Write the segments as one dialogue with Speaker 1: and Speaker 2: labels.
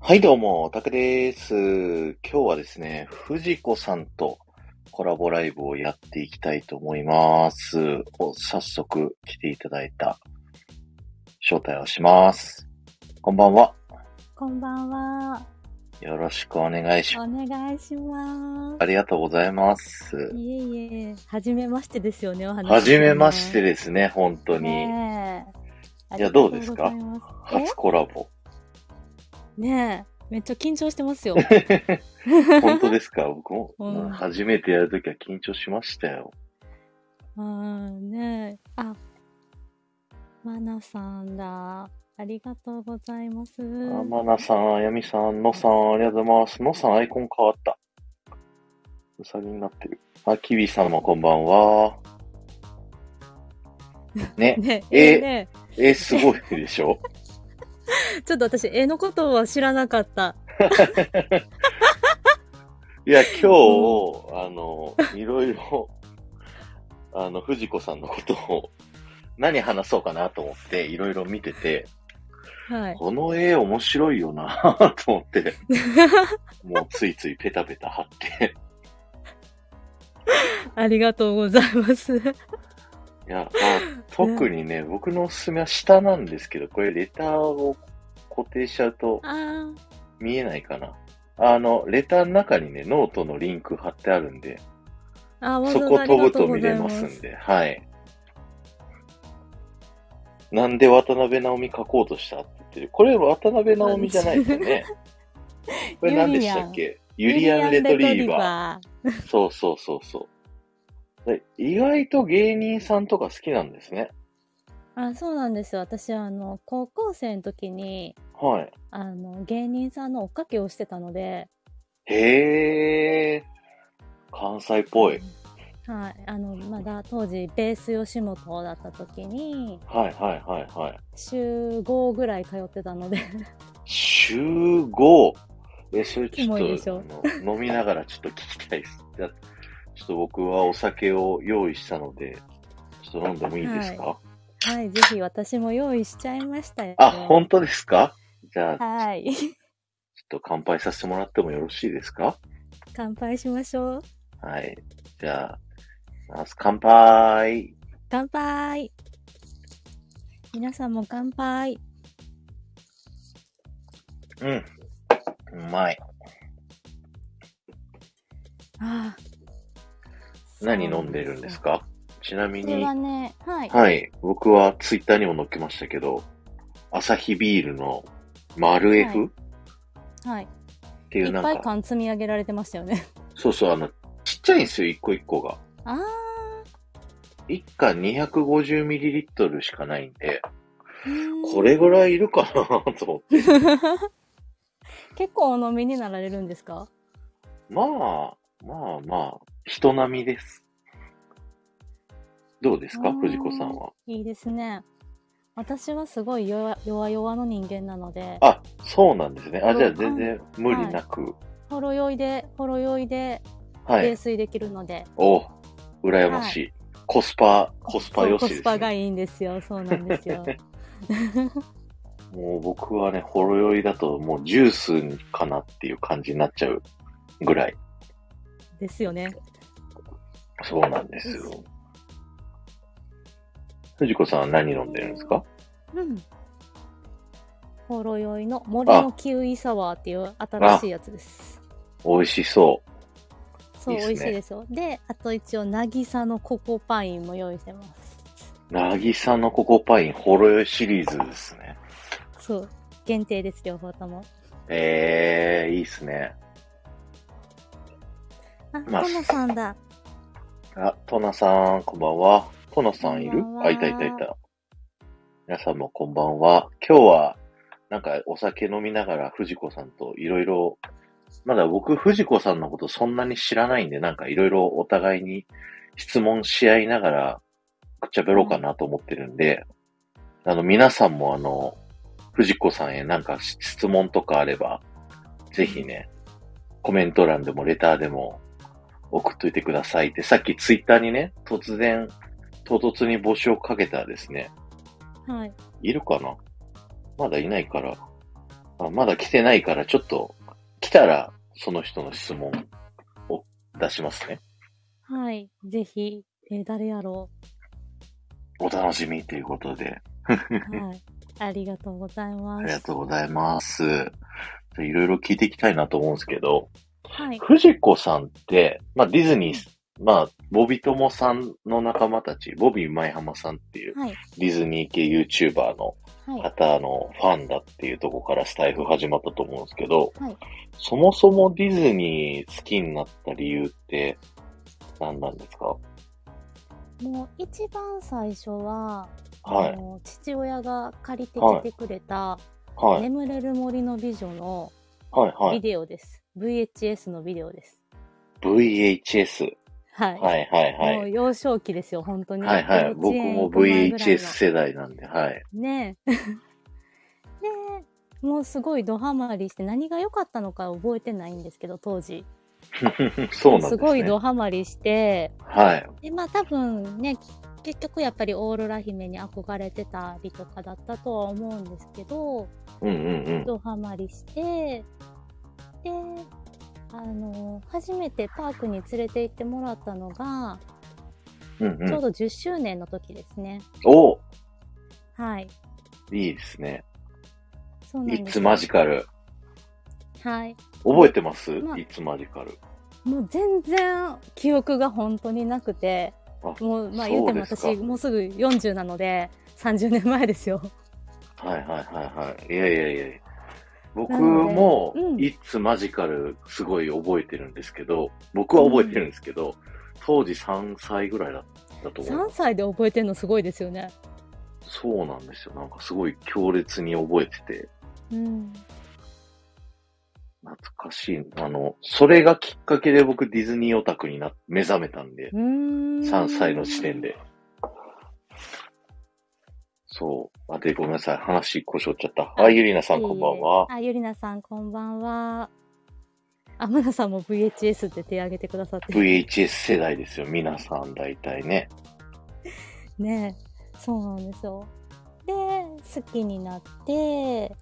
Speaker 1: はい、どうも、たけです。今日はですね、藤子さんとコラボライブをやっていきたいと思います。お早速来ていただいた招待をします。こんばんは。
Speaker 2: こんばんは。
Speaker 1: よろしくお願いしま
Speaker 2: お願いします
Speaker 1: す。あ。りがとうございます。
Speaker 2: いえいえ、はじめましてですよね、お話、ね。
Speaker 1: はじめましてですね、本当に。
Speaker 2: ねえ。
Speaker 1: いやどうですか
Speaker 2: ありがとうございま
Speaker 1: 初コラ ボ。
Speaker 2: すえねえ、めっちゃ緊張してま すよ。
Speaker 1: 本当ですか僕も、
Speaker 2: うん
Speaker 1: 初めてやるときは緊張しましたよ。
Speaker 2: うん、ねえ。あ、まなさんだ。ありがとうございます。
Speaker 1: あまなさん、あやみさん、のさん、ありがとうございます。のさん、アイコン変わった。うさぎになってる。あ、きびさんもこんばんは。ね、
Speaker 2: ね
Speaker 1: え
Speaker 2: え、ね
Speaker 1: え、すごいでしょ
Speaker 2: えちょっと私、絵のことは知らなかった。
Speaker 1: いや、今日、あの、いろいろ、あの、藤子さんのことを、何話そうかなと思って、いろいろ見てて、
Speaker 2: はい。
Speaker 1: この絵面白いよなと思って、もうついついペタペタ貼って、
Speaker 2: ありがとうございます。
Speaker 1: いや、まあ、特にね、僕のおすすめは下なんですけど、これレターを固定しちゃうと
Speaker 2: あ
Speaker 1: 見えないかな。あの、レターの中にね、ノートのリンク貼ってあるんで、
Speaker 2: あ、ああ、わざ
Speaker 1: そ
Speaker 2: わ
Speaker 1: こ
Speaker 2: ざあり
Speaker 1: 飛ぶ
Speaker 2: がと
Speaker 1: と
Speaker 2: うご
Speaker 1: 見
Speaker 2: ざ
Speaker 1: れ
Speaker 2: い
Speaker 1: ま
Speaker 2: ます
Speaker 1: すんで、はい。なんで渡辺直美書こうとしたって言ってる。これ渡辺直美じゃないですよ ね。これ何でしたっけユリアン・レトリーバー。
Speaker 2: ー。
Speaker 1: そうそうそうそう。で意外と芸人さんとか好きなんですね。
Speaker 2: あそうなんですよ私あの高校生の時に
Speaker 1: はい。
Speaker 2: あの芸人さんの追っかけをしてたので、
Speaker 1: へえ、関西っぽい。
Speaker 2: はい、あのまだ当時ベース吉本だった時に
Speaker 1: はいはいはいはい。
Speaker 2: 週5ぐらい通ってたので
Speaker 1: 週 5! え、それちょ
Speaker 2: キモいで
Speaker 1: っ
Speaker 2: し
Speaker 1: と
Speaker 2: ょ
Speaker 1: あの飲みながらちょっと聞きたい です。じゃあちょっと僕はお酒を用意したので、ちょっと飲んでもいいですか、
Speaker 2: はいぜひ私も用意しちゃいましたよ
Speaker 1: あ、本当ですかじゃあ、ちょ
Speaker 2: はい
Speaker 1: っと乾杯させてもらってもよろしいですか
Speaker 2: 乾杯しましょう
Speaker 1: はい。じゃあ、まず乾杯
Speaker 2: 乾杯皆さんも乾杯
Speaker 1: うん。うまい。
Speaker 2: あー
Speaker 1: 何飲んでるんですかちなみ
Speaker 2: そうなんですよ
Speaker 1: に
Speaker 2: これ、はねはい
Speaker 1: はい。僕はツイッターにも載っけましたけど、アサヒビールのマルエフ
Speaker 2: は
Speaker 1: っ
Speaker 2: はい
Speaker 1: てい
Speaker 2: いうっ
Speaker 1: なん
Speaker 2: ぱい
Speaker 1: か、
Speaker 2: 缶積み上げられてましたよね
Speaker 1: そうそう、あの、ちっちゃいんですよ、一個一個が。
Speaker 2: ああ
Speaker 1: 一缶 250ml しかないんで、こ
Speaker 2: こ
Speaker 1: れぐらいいるかなと思って。
Speaker 2: 結構お飲みになられるんですか
Speaker 1: まあ、まあまあ、人並みです。どうです
Speaker 2: あ
Speaker 1: か
Speaker 2: ー
Speaker 1: 藤子さんは。
Speaker 2: いいですね私はすごい弱弱々の人間なので
Speaker 1: あ、そうなんですね。あ、じゃあ
Speaker 2: うん
Speaker 1: 全然無理なく。
Speaker 2: ほろ酔いでほろ酔いで
Speaker 1: はい。
Speaker 2: 泥酔できるので、
Speaker 1: お、羨ましい。コスパ、コスパ
Speaker 2: そう
Speaker 1: よし
Speaker 2: コ
Speaker 1: です、ね。
Speaker 2: スパがいいんですよそうなんで すよ
Speaker 1: もう僕はね、ほろ酔いだともうジュースかなっていう感じになっちゃうぐらい。
Speaker 2: ですよね
Speaker 1: そうなんですよ。藤子さんは何飲んでるんですか
Speaker 2: うんほろ酔いの森のキウイサワーっていう新しいやつです
Speaker 1: 美味しそう。
Speaker 2: そう
Speaker 1: いいっすね
Speaker 2: 美味しいですよであと一応渚のココパインも用意してます
Speaker 1: なぎさのココパインほろ酔いシリーズですね。
Speaker 2: そう限定です両方とも
Speaker 1: えー、いいっすね。
Speaker 2: あ、
Speaker 1: まあ
Speaker 2: トナさん だ。
Speaker 1: あ、トナさん、こんばんは。トナさんい
Speaker 2: こ
Speaker 1: る
Speaker 2: んばんは
Speaker 1: あ、いたいたいた。皆さんもこんばんは。今日は、なんかお酒飲みながら藤子さんといろいろ、まだ僕藤子さんのことそんなに知らないんで、なんかいろいろお互いに質問し合いながら、くっちゃべろうかなと思ってるんで、あの、皆さんもあの、藤子さんへなんか質問とかあれば、ぜひね、コメント欄でもレターでも送っといてくださいって、さっきツイッターにね、突然、唐突に募集をかけたらですね、
Speaker 2: はい。
Speaker 1: いるかなまだいないから、あまだ来てないから、ちょっと、来たら、その人の質問を出しますね。
Speaker 2: はい。ぜひ、えー誰やろ
Speaker 1: お楽しみということで、
Speaker 2: う。はい。ありがとうござい
Speaker 1: あ
Speaker 2: ま
Speaker 1: りが
Speaker 2: す。
Speaker 1: とうございます。じゃあいろいろ聞いていきたいなと思うんですけど、
Speaker 2: はい。
Speaker 1: 藤子さんって、まあ、ディズニー、まあ、ボビトモさんの仲間たち、ボビー舞浜さんっていう
Speaker 2: はい。
Speaker 1: ディズニー系 YouTuber の
Speaker 2: はい。
Speaker 1: 方のファンだっていうとこからスタイフ始まったと思うんですけど、
Speaker 2: はい
Speaker 1: そもそもディズニー好きになった理由って何なんですか
Speaker 2: もう、一番最初は、
Speaker 1: は
Speaker 2: あ
Speaker 1: い。
Speaker 2: の父親が借りてきてくれた、
Speaker 1: はい。
Speaker 2: 眠れる森の美女の
Speaker 1: はい。は
Speaker 2: ビ
Speaker 1: い。
Speaker 2: デオです。VHS のビデオです。
Speaker 1: VHS。
Speaker 2: はい。
Speaker 1: はい。はい。は
Speaker 2: もう
Speaker 1: い。
Speaker 2: 幼少期ですよ、本当に。
Speaker 1: はい。はい。
Speaker 2: 幼
Speaker 1: 僕
Speaker 2: 稚園
Speaker 1: も
Speaker 2: 行く前ぐらいの
Speaker 1: VHS 世代なんで、 はい。
Speaker 2: ねえ。ねえ。もうすごいドハマりして、何が良かったのか覚えてないんですけど、当時。
Speaker 1: そうなんですね。
Speaker 2: ごいドハマりして、
Speaker 1: はい。
Speaker 2: で、まあ多分ね、結局やっぱりオーロラ姫に憧れてたりとかだったとは思うんですけど、
Speaker 1: うんうんうん。
Speaker 2: ドハマりして、で、あの、初めてパークに連れて行ってもらったのが、
Speaker 1: うんう。
Speaker 2: ちょうんど10周年の時ですね。
Speaker 1: お
Speaker 2: はい。
Speaker 1: いいですね。
Speaker 2: そうなん
Speaker 1: い
Speaker 2: です
Speaker 1: つ
Speaker 2: よ。
Speaker 1: マジカル。
Speaker 2: はい。
Speaker 1: 覚えてます
Speaker 2: まあ
Speaker 1: いつマジカル。
Speaker 2: もう全然記憶が本当になくて、
Speaker 1: あ
Speaker 2: もうまあ
Speaker 1: そ
Speaker 2: 言
Speaker 1: う
Speaker 2: うても
Speaker 1: です
Speaker 2: 私
Speaker 1: か
Speaker 2: もうすぐ40なので、30年前ですよ。
Speaker 1: はいはいはいはい。いやいやいやいや僕
Speaker 2: なので
Speaker 1: も
Speaker 2: う、ん
Speaker 1: いつマジカルすごい覚えてるんですけど、僕は覚えてるんですけど、当時3歳ぐらいだったと思
Speaker 2: 3
Speaker 1: う。
Speaker 2: 歳で覚えてるのすごいですよね。
Speaker 1: そうなんですよ。なんかすごい強烈に覚えてて、
Speaker 2: うん。
Speaker 1: 懐かしい。あの、それがきっかけで僕ディズニーオタクにな、目覚めたんで
Speaker 2: う、ーん。
Speaker 1: 3歳の時点で。そう。あ、で、ごめんなさい。話一個しょっちゃった。あ、ゆりなさんこんばんは。
Speaker 2: あ、ゆりなさんこんばんは。あ、まなさんも VHS って手挙げてくださって。
Speaker 1: VHS 世代ですよ。皆さん大体ね。
Speaker 2: ねえそうなんですよで好きになって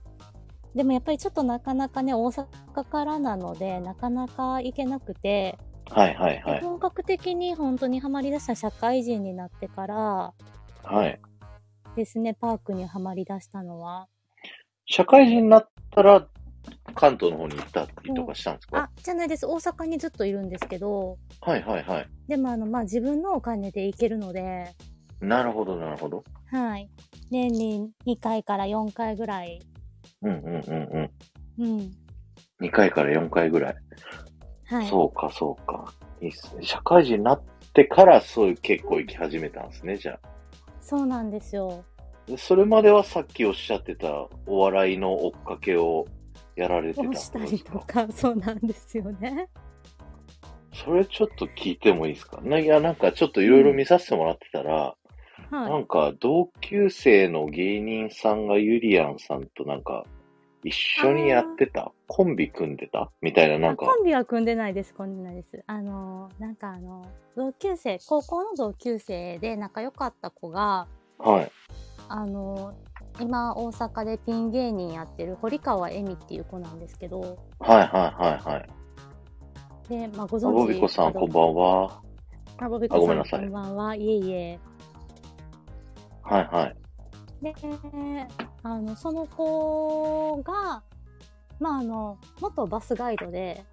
Speaker 2: でもやっぱりちょっとなかなかね大阪からなのでなかなか行けなくて、
Speaker 1: はいはい
Speaker 2: で
Speaker 1: はい。
Speaker 2: 本格的に本当にハマりだした社会人になってから
Speaker 1: はい。
Speaker 2: ですねパークにはまりだしたのは
Speaker 1: 社会人になったら、関東の方に行ったりとかしたんですか、
Speaker 2: あじゃないです大阪にずっといるんですけど
Speaker 1: はいはいはい。
Speaker 2: でもあのまあ自分のお金で行けるので
Speaker 1: なるほどなるほど。
Speaker 2: はい年に2回から4回ぐらい
Speaker 1: うんうんうんう
Speaker 2: うん
Speaker 1: ん。2回から4回ぐらい。
Speaker 2: はい
Speaker 1: そうかそうか。いいっすね。社会人になってから、そういう結構行き始めたんですね、じゃあ。
Speaker 2: そうなんですよ
Speaker 1: でそれまではさっきおっしゃってた、お笑いの追っかけをやられてたん
Speaker 2: 押
Speaker 1: で
Speaker 2: し
Speaker 1: す
Speaker 2: た
Speaker 1: か
Speaker 2: りとか、そうなんですよね。
Speaker 1: それちょっと聞いてもいいですかないや、なんかちょっといろいろ見させてもらってたら、な
Speaker 2: はい。
Speaker 1: んか、同級生の芸人さんがユリアンさんとなんか、一緒にやってたコンビ組んでたみたいな、なん
Speaker 2: あ
Speaker 1: か
Speaker 2: コ、ンビは組んでないです、組んでないです。あの、なんかあの、同級生、高校の同級生で仲良かった子が、
Speaker 1: はい。
Speaker 2: あの、今大阪でピン芸人やってる堀川恵美っていう子なんですけど、
Speaker 1: はいはいはいはい。
Speaker 2: で、まあご
Speaker 1: あぼ
Speaker 2: 存
Speaker 1: び
Speaker 2: 知
Speaker 1: こさんこんばんは。
Speaker 2: ん。あぼび
Speaker 1: あ
Speaker 2: こ
Speaker 1: ごめ
Speaker 2: さ
Speaker 1: ん
Speaker 2: ん
Speaker 1: なさ
Speaker 2: こ
Speaker 1: い
Speaker 2: んばんは。いえいえ。
Speaker 1: はいはい。
Speaker 2: で、あの、その子が、まあ、あの、元バスガイドで、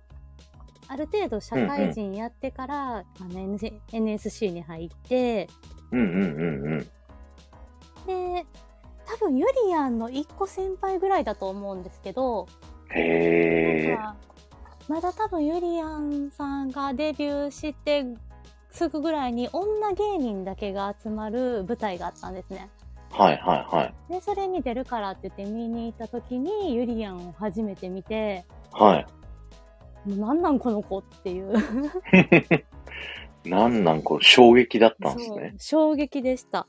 Speaker 2: ある程度社会人やってから、あの NC NSC に入って、
Speaker 1: うんうんうんうん。
Speaker 2: で、多分ユリアンの一個先輩ぐらいだと思うんですけど、
Speaker 1: へえ。
Speaker 2: まあまだ多分ユリアンさんがデビューしてすぐぐらいに女芸人だけが集まる舞台があったんですね。
Speaker 1: はいはいはい。
Speaker 2: で、それに出るからって言って見に行った時に、ユリアンを初めて見て、
Speaker 1: は
Speaker 2: もうなんなんこの子っていう。
Speaker 1: い。なんなんこれ、衝撃だったんです
Speaker 2: そう
Speaker 1: ね。
Speaker 2: 衝撃でした。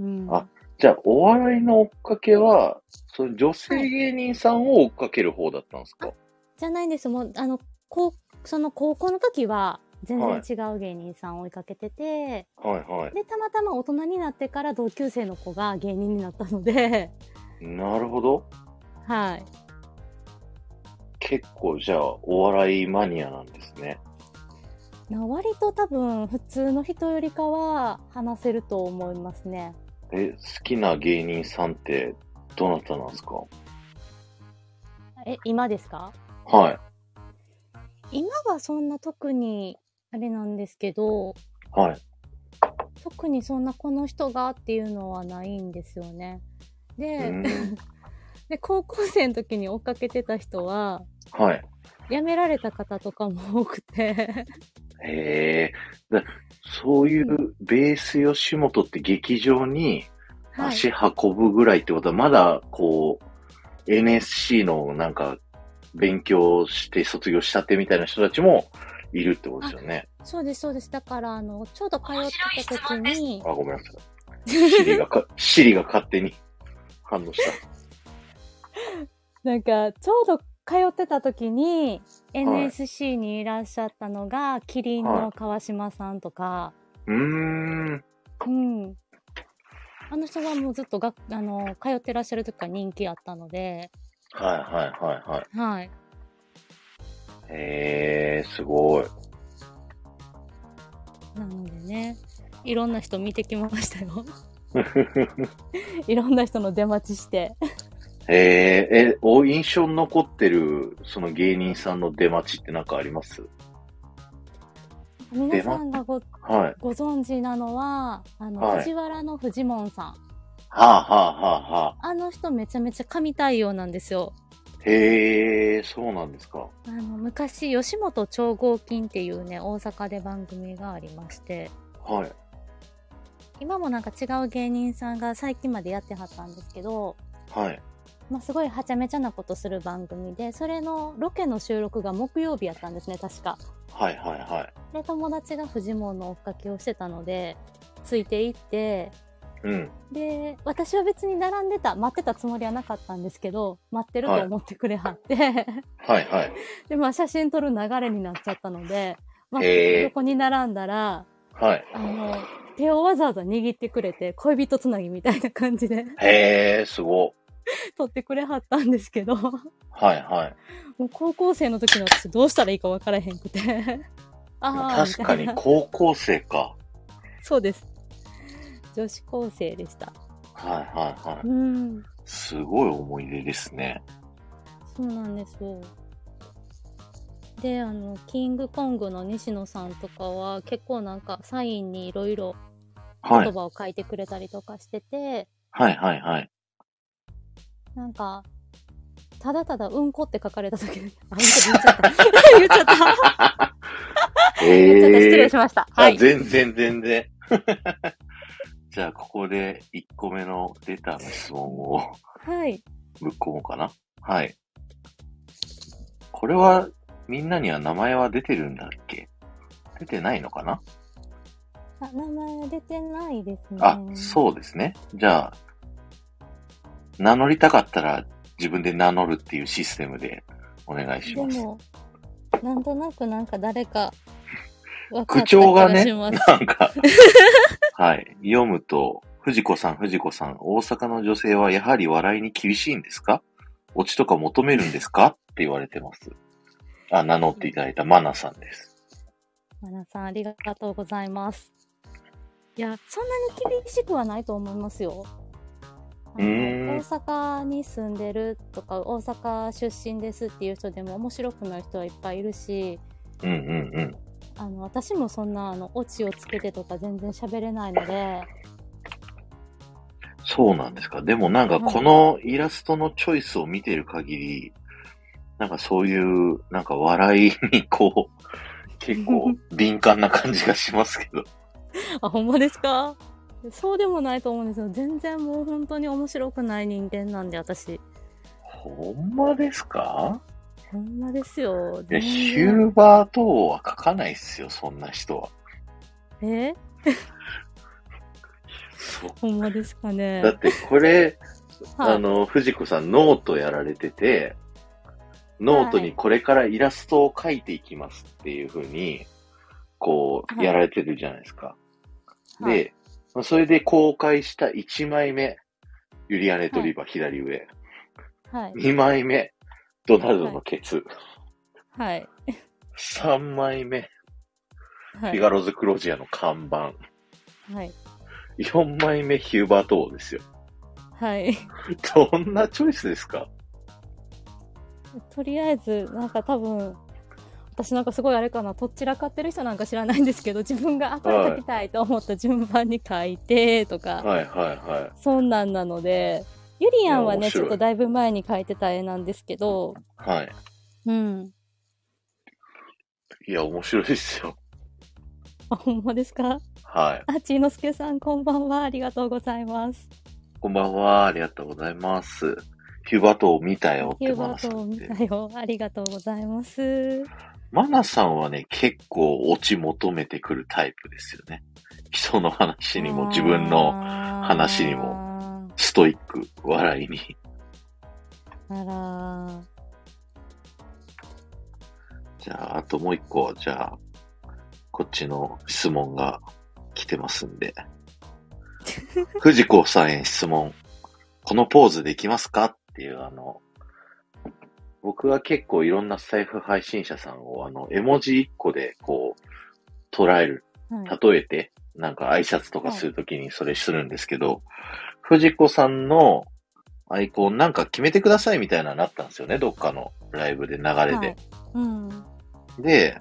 Speaker 2: うん。
Speaker 1: あじゃあ、お笑いの追っかけは、その女性芸人さんを追っかける方だったんですか、
Speaker 2: じゃないんです。もう、あの、こう、その高校の時は、全然違う芸人さんを追いかけてて、
Speaker 1: はい、はい
Speaker 2: で、たまたま大人になってから同級生の子が芸人になったので、
Speaker 1: なるほど。
Speaker 2: はい。
Speaker 1: 結構じゃあお笑いマニアなんですね。
Speaker 2: な割と多分普通の人よりかは話せると思いますね。
Speaker 1: え、好きな芸人さんってどなたなんですか
Speaker 2: え、今ですか
Speaker 1: はい。
Speaker 2: 今はそんな特にあれなんですけど、
Speaker 1: はい。
Speaker 2: 特にそんなこの人がっていうのはないんですよね。
Speaker 1: う
Speaker 2: で、
Speaker 1: ん。
Speaker 2: で高校生の時に追っかけてた人は、
Speaker 1: はい。
Speaker 2: 辞められた方とかも多くて、
Speaker 1: へえ。だそういうベース吉本って劇場に
Speaker 2: はい、
Speaker 1: 足運ぶぐらいってことは、まだこう、NSC のなんか勉強して卒業したてみたいな人たちもいるってことですよね。
Speaker 2: そうです、そうです。だから、あの、ちょうど通ってた時に
Speaker 1: あ、、ごめんなさい。シリが か、シリが勝手に反応し
Speaker 2: なんか、ちょうど通ってた時に、
Speaker 1: い
Speaker 2: NSC にいらっしゃったのが、キリンの川島さんとか、
Speaker 1: た。うーん。
Speaker 2: うん。あの人はもうずっとが、あの、通ってらっしゃる時から人気あったので、
Speaker 1: はいはいはいはい。
Speaker 2: はい。
Speaker 1: へえ、すごい。
Speaker 2: なのでね、いろんな人見てきました よ。いろんな人の出待ちして。
Speaker 1: へえ、え、お、印象に残ってる、その芸人さんの出待ちってなんかあります
Speaker 2: 皆さんがご
Speaker 1: はい。
Speaker 2: ご存知なのは、あの、
Speaker 1: はい
Speaker 2: 藤原のフジモンさん。
Speaker 1: はあはあはあはあ。
Speaker 2: あの人めちゃめちゃ神対応なんですよ。
Speaker 1: へえ、そうなんですか。
Speaker 2: あの昔、吉本超合金っていうね、大阪で番組がありまして、
Speaker 1: はい。
Speaker 2: 今もなんか違う芸人さんが最近までやってはったんですけど、
Speaker 1: はい。
Speaker 2: まあ、すごいはちゃめちゃなことする番組で、それのロケの収録が木曜日やったんですね、確か。
Speaker 1: はいはいはい。
Speaker 2: で、友達がフジモンの追っかけをしてたので、ついていって、
Speaker 1: うん。
Speaker 2: で、私は別に並んでた、待ってたつもりはなかったんですけど、待ってると思ってくれはって、
Speaker 1: はいはい。
Speaker 2: で、まあ写真撮る流れになっちゃったので、まあ、
Speaker 1: へー
Speaker 2: 横に並んだら、
Speaker 1: はい。
Speaker 2: あの、手をわざわざ握ってくれて、恋人つなぎみたいな感じで
Speaker 1: へえ、すご。
Speaker 2: 撮ってくれはったんですけど、も
Speaker 1: はいはい。
Speaker 2: う高校生の時の私どうしたらいいかわからへんくて、ああ、み
Speaker 1: 確
Speaker 2: た
Speaker 1: か
Speaker 2: い
Speaker 1: に
Speaker 2: な。
Speaker 1: 高校生か。
Speaker 2: そうです。女子高生でした。
Speaker 1: はいはいは
Speaker 2: う
Speaker 1: い。
Speaker 2: ん。
Speaker 1: すごい思い出ですね。
Speaker 2: そうなんですよ。で、あの、キングコングの西野さんとかは結構なんかサインにいろいろ
Speaker 1: は
Speaker 2: 言
Speaker 1: い。
Speaker 2: 葉を書いてくれたりとかしてて、
Speaker 1: はいはいはい。
Speaker 2: なんか、ただただうんこって書かれた時に、あ、うんこって言っちゃった。 言っちゃった。言っ ちゃった。失
Speaker 1: え
Speaker 2: 礼
Speaker 1: え
Speaker 2: しました。は
Speaker 1: あ
Speaker 2: い。
Speaker 1: 全然全然。 じゃあ、ここで1個目のレターの質問を
Speaker 2: はい。
Speaker 1: ぶっ込もうかな。はい。これは、みんなには名前は出てるんだっけ出てないのかな
Speaker 2: あ名前出てないですね。
Speaker 1: あ、そうですね。じゃあ、名乗りたかったら自分で名乗るっていうシステムでお願いし
Speaker 2: で
Speaker 1: ます。
Speaker 2: も、なんとなくなんか誰か、わかった
Speaker 1: 口調がね
Speaker 2: 気します
Speaker 1: なんか、 はい。読むと、藤子さん、藤子さん、大阪の女性はやはり笑いに厳しいんですかオチとか求めるんですかって言われてます。あ、名乗っていただいたマナさんです。
Speaker 2: マナさん、ありがとうございます。いや、そんなに厳しくはないと思いますよ。あ
Speaker 1: う
Speaker 2: の
Speaker 1: ーん
Speaker 2: 大阪に住んでるとか、大阪出身ですっていう人でも面白くない人はいっぱいいるし、
Speaker 1: うんうんうん。
Speaker 2: あの、私もそんな、あの、オチをつけてとか全然喋れないので、
Speaker 1: そうなんですか。でもなんか
Speaker 2: はい
Speaker 1: このイラストのチョイスを見てる限り、なんかそういう、なんか笑いにこう、 結構敏感な感じがしますけど。
Speaker 2: あ、ほんまですかそうでもないと思うんですよ。全然もう本当に面白くない人間なんで、私。
Speaker 1: ほんまですか
Speaker 2: ほんまですよ。
Speaker 1: いや、
Speaker 2: 全然
Speaker 1: ヒューバー等は書かないっすよ、そんな人は。
Speaker 2: えほんまですかね
Speaker 1: だ。ってこれ、
Speaker 2: はい
Speaker 1: あの、藤子さんノートやられてて、ノートにこれからイラストを描いていきますっていう風に、こ
Speaker 2: は
Speaker 1: う、
Speaker 2: い
Speaker 1: やられてるじゃないですか。
Speaker 2: はい
Speaker 1: で、まあそれで公開した1枚目、ユリアネトリバー左上。
Speaker 2: はい。
Speaker 1: 2枚目、ドナルドのケツ。
Speaker 2: はい。
Speaker 1: 3枚目、
Speaker 2: は
Speaker 1: フィ
Speaker 2: い。
Speaker 1: ガロズ・クロジアの看板。
Speaker 2: はい。
Speaker 1: 4枚目、ヒューバート王ですよ。
Speaker 2: はい。
Speaker 1: どんなチョイスですか
Speaker 2: とりあえず、なんか多分、私なんかすごいあれかな、とっちらかってる人なんか知らないんですけど、自分が、あ、これ書きたいと思った順番に書いて、とか、
Speaker 1: はいはいはい。
Speaker 2: そんなんなので、ゆりやんはい
Speaker 1: や面
Speaker 2: ね、ち
Speaker 1: 白い
Speaker 2: ょっとだいぶ前に描いてた絵なんですけど、
Speaker 1: はい。
Speaker 2: うん。
Speaker 1: いや、面白いですよ。
Speaker 2: あ、ほんまですか
Speaker 1: はい。
Speaker 2: あ、ちいのすけさん、こんばんは。ありがとうございます。
Speaker 1: こんばんは。ありがとうございます。ヒューバート王見たよっ
Speaker 2: ヒュ
Speaker 1: て
Speaker 2: ー
Speaker 1: マ
Speaker 2: バ
Speaker 1: ナ
Speaker 2: ー
Speaker 1: さ
Speaker 2: トを
Speaker 1: んっ
Speaker 2: 見
Speaker 1: て。
Speaker 2: たよ。ありがとうございます。
Speaker 1: マナさんはね、結構オチ求めてくるタイプですよね。人の話にも自分の話
Speaker 2: 話
Speaker 1: にも。ストイック、笑いに。
Speaker 2: あら
Speaker 1: じゃあ、あともう一個、じゃあ、こっちの質問が来てますんで。藤子さんへ質問。このポーズできますかっていう、あの、僕は結構いろんなスタイフ配信者さんを、あの、絵文字一個で、こう、捉える、
Speaker 2: ー。はい。
Speaker 1: 例えて、なんか挨拶とかするときにそれするんですけど、藤子さんのアイコンなんか決めてくださいみたいなのなったんですよね、どっかのライブで流れ
Speaker 2: は
Speaker 1: で
Speaker 2: い。うん。
Speaker 1: で、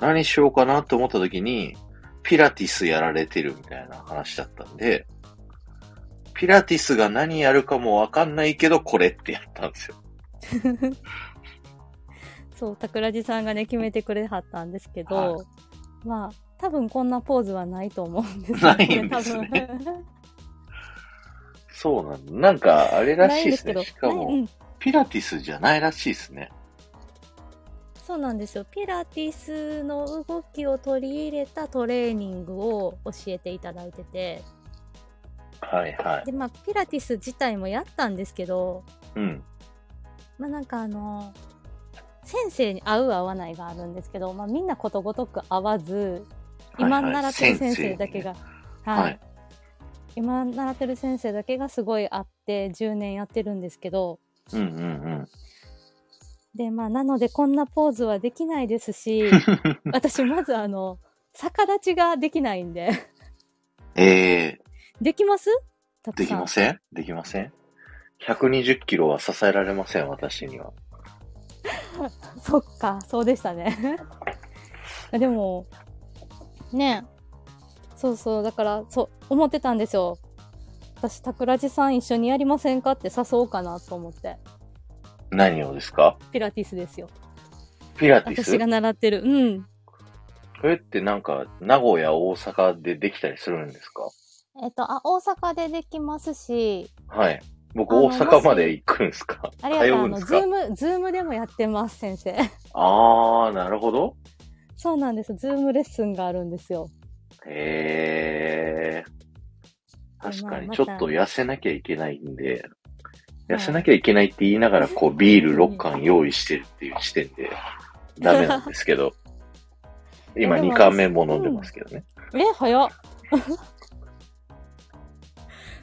Speaker 1: 何しようかなと思った時に、ピラティスやられてるみたいな話だったんで、ピラティスが何やるかもわかんないけど、これってやったんですよ。
Speaker 2: そう、桜地さんがね、決めてくれはったんですけど、
Speaker 1: は
Speaker 2: まあ、多分こんなポーズはないと思うんです
Speaker 1: ないんですね
Speaker 2: 多 分
Speaker 1: そうなんだ。なんか、あれら
Speaker 2: ない
Speaker 1: し
Speaker 2: ん
Speaker 1: いで
Speaker 2: で
Speaker 1: すす
Speaker 2: けど、
Speaker 1: ね。しか
Speaker 2: ない
Speaker 1: も、
Speaker 2: うん
Speaker 1: ピラティスじゃないらしいですね。
Speaker 2: そうなんですよ。ピラティスの動きを取り入れたトレーニングを教えていただいてて、
Speaker 1: はいはい。
Speaker 2: で、まあ、ピラティス自体もやったんですけど、
Speaker 1: うん。
Speaker 2: まあなんかあの、先生に合う合わないがあるんですけど、まあみんなことごとく合わず、
Speaker 1: は
Speaker 2: 今
Speaker 1: いはい
Speaker 2: 習ってる先生だけが、はい、
Speaker 1: はい。
Speaker 2: 今習ってる先生だけがすごいあって10年やってるんですけど、
Speaker 1: うんうんうん。
Speaker 2: で、まあなのでこんなポーズはできないで すし、私まずあの、逆立ちができないんで、
Speaker 1: え
Speaker 2: できますた
Speaker 1: ー、
Speaker 2: く
Speaker 1: でき
Speaker 2: さん
Speaker 1: ま。せんできません ?120 キロは支えられません、私には。
Speaker 2: そっか、そうでしたね。 でも、ねそうそう、だから、そう、思ってたんですよ。私、桜地さん一緒にやりませんかって誘おうかなと思って。
Speaker 1: 何をですか
Speaker 2: ピラティスですよ。
Speaker 1: ピラティス
Speaker 2: 私が習ってる。うん。
Speaker 1: それってなんか、名古屋、大阪でできたりするんですか
Speaker 2: えっと、あ、大阪でできますし、
Speaker 1: はい。僕、
Speaker 2: あの
Speaker 1: 大阪まで行くんですか通
Speaker 2: ありがとう、
Speaker 1: う
Speaker 2: あ
Speaker 1: ん
Speaker 2: の、
Speaker 1: です
Speaker 2: ズ
Speaker 1: か
Speaker 2: ーム、ズームでもやってます、先生。
Speaker 1: あー、なるほど。
Speaker 2: そうなんです。ズームレッスンがあるんですよ。
Speaker 1: へー。確かに、
Speaker 2: まあ
Speaker 1: ちょっと痩せなきゃいけないんで、
Speaker 2: はい
Speaker 1: 痩せなきゃいけないって言いながら、こう、ビール6缶用意してるっていう時点 で、ダメなんですけど、今
Speaker 2: でも
Speaker 1: 2缶目も飲んでますけどね。
Speaker 2: え、早っ。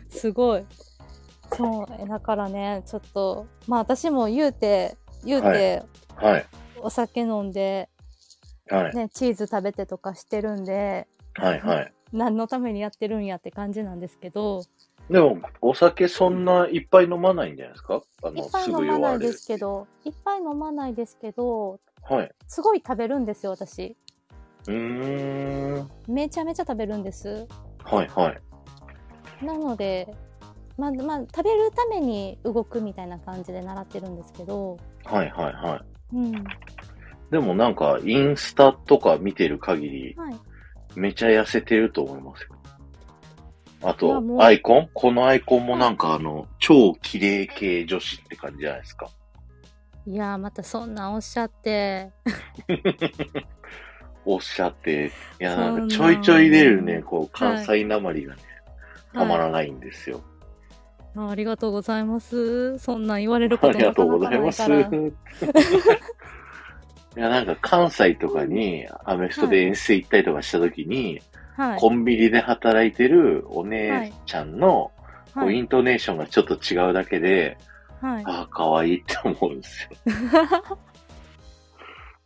Speaker 2: すごい。そう、えだからね、ちょっと、まあ私も言うて、言うて、
Speaker 1: ははい。
Speaker 2: お酒飲んで、
Speaker 1: はい。
Speaker 2: ね、チーズ食べてとかしてるんで、
Speaker 1: はい。はい。
Speaker 2: 何のためにやってるんやって感じなんですけど、
Speaker 1: でも、お酒そんないっぱい飲まないんじゃないですかあ
Speaker 2: いっ
Speaker 1: の、
Speaker 2: ぱい
Speaker 1: すぐ
Speaker 2: 飲ま
Speaker 1: 弱
Speaker 2: な
Speaker 1: れ
Speaker 2: い
Speaker 1: る
Speaker 2: で。すけど、いっぱい飲まないですけど、
Speaker 1: はい。
Speaker 2: すごい食べるんですよ、私。
Speaker 1: うーん。
Speaker 2: めちゃめちゃ食べるんです。
Speaker 1: はいはい。
Speaker 2: なので、まあ、まあ、食べるために動くみたいな感じで習ってるんですけど、
Speaker 1: はいはいは。
Speaker 2: うん。はい
Speaker 1: でもなんか、インスタとか見てる限り、
Speaker 2: い。
Speaker 1: めちゃ痩せてると思いますよ。あ
Speaker 2: いや
Speaker 1: と
Speaker 2: も、う
Speaker 1: アイコンこのアイコンもなんかあの、超綺麗系女子って感じじゃないですか。
Speaker 2: いやーまたそんなんおっしゃって
Speaker 1: おっしゃって、いや
Speaker 2: そうな
Speaker 1: なんんかちょいちょい出るね、こう、
Speaker 2: はい
Speaker 1: 関西なまりがね、たまらないんですよ。
Speaker 2: あありがとうございますそんなん言われるこ
Speaker 1: あ
Speaker 2: と
Speaker 1: りがとうございます。
Speaker 2: なかなかないから
Speaker 1: い や、なんか関西とかにアメフトで遠征行ったりとかした時に、
Speaker 2: はい
Speaker 1: コンビニで働いてるお
Speaker 2: は
Speaker 1: 姉
Speaker 2: い
Speaker 1: ちゃんの、こう
Speaker 2: は
Speaker 1: イ
Speaker 2: い
Speaker 1: ントネーションがちょっと違うだけで、
Speaker 2: はい。
Speaker 1: ああ、可愛いって思うんですよ。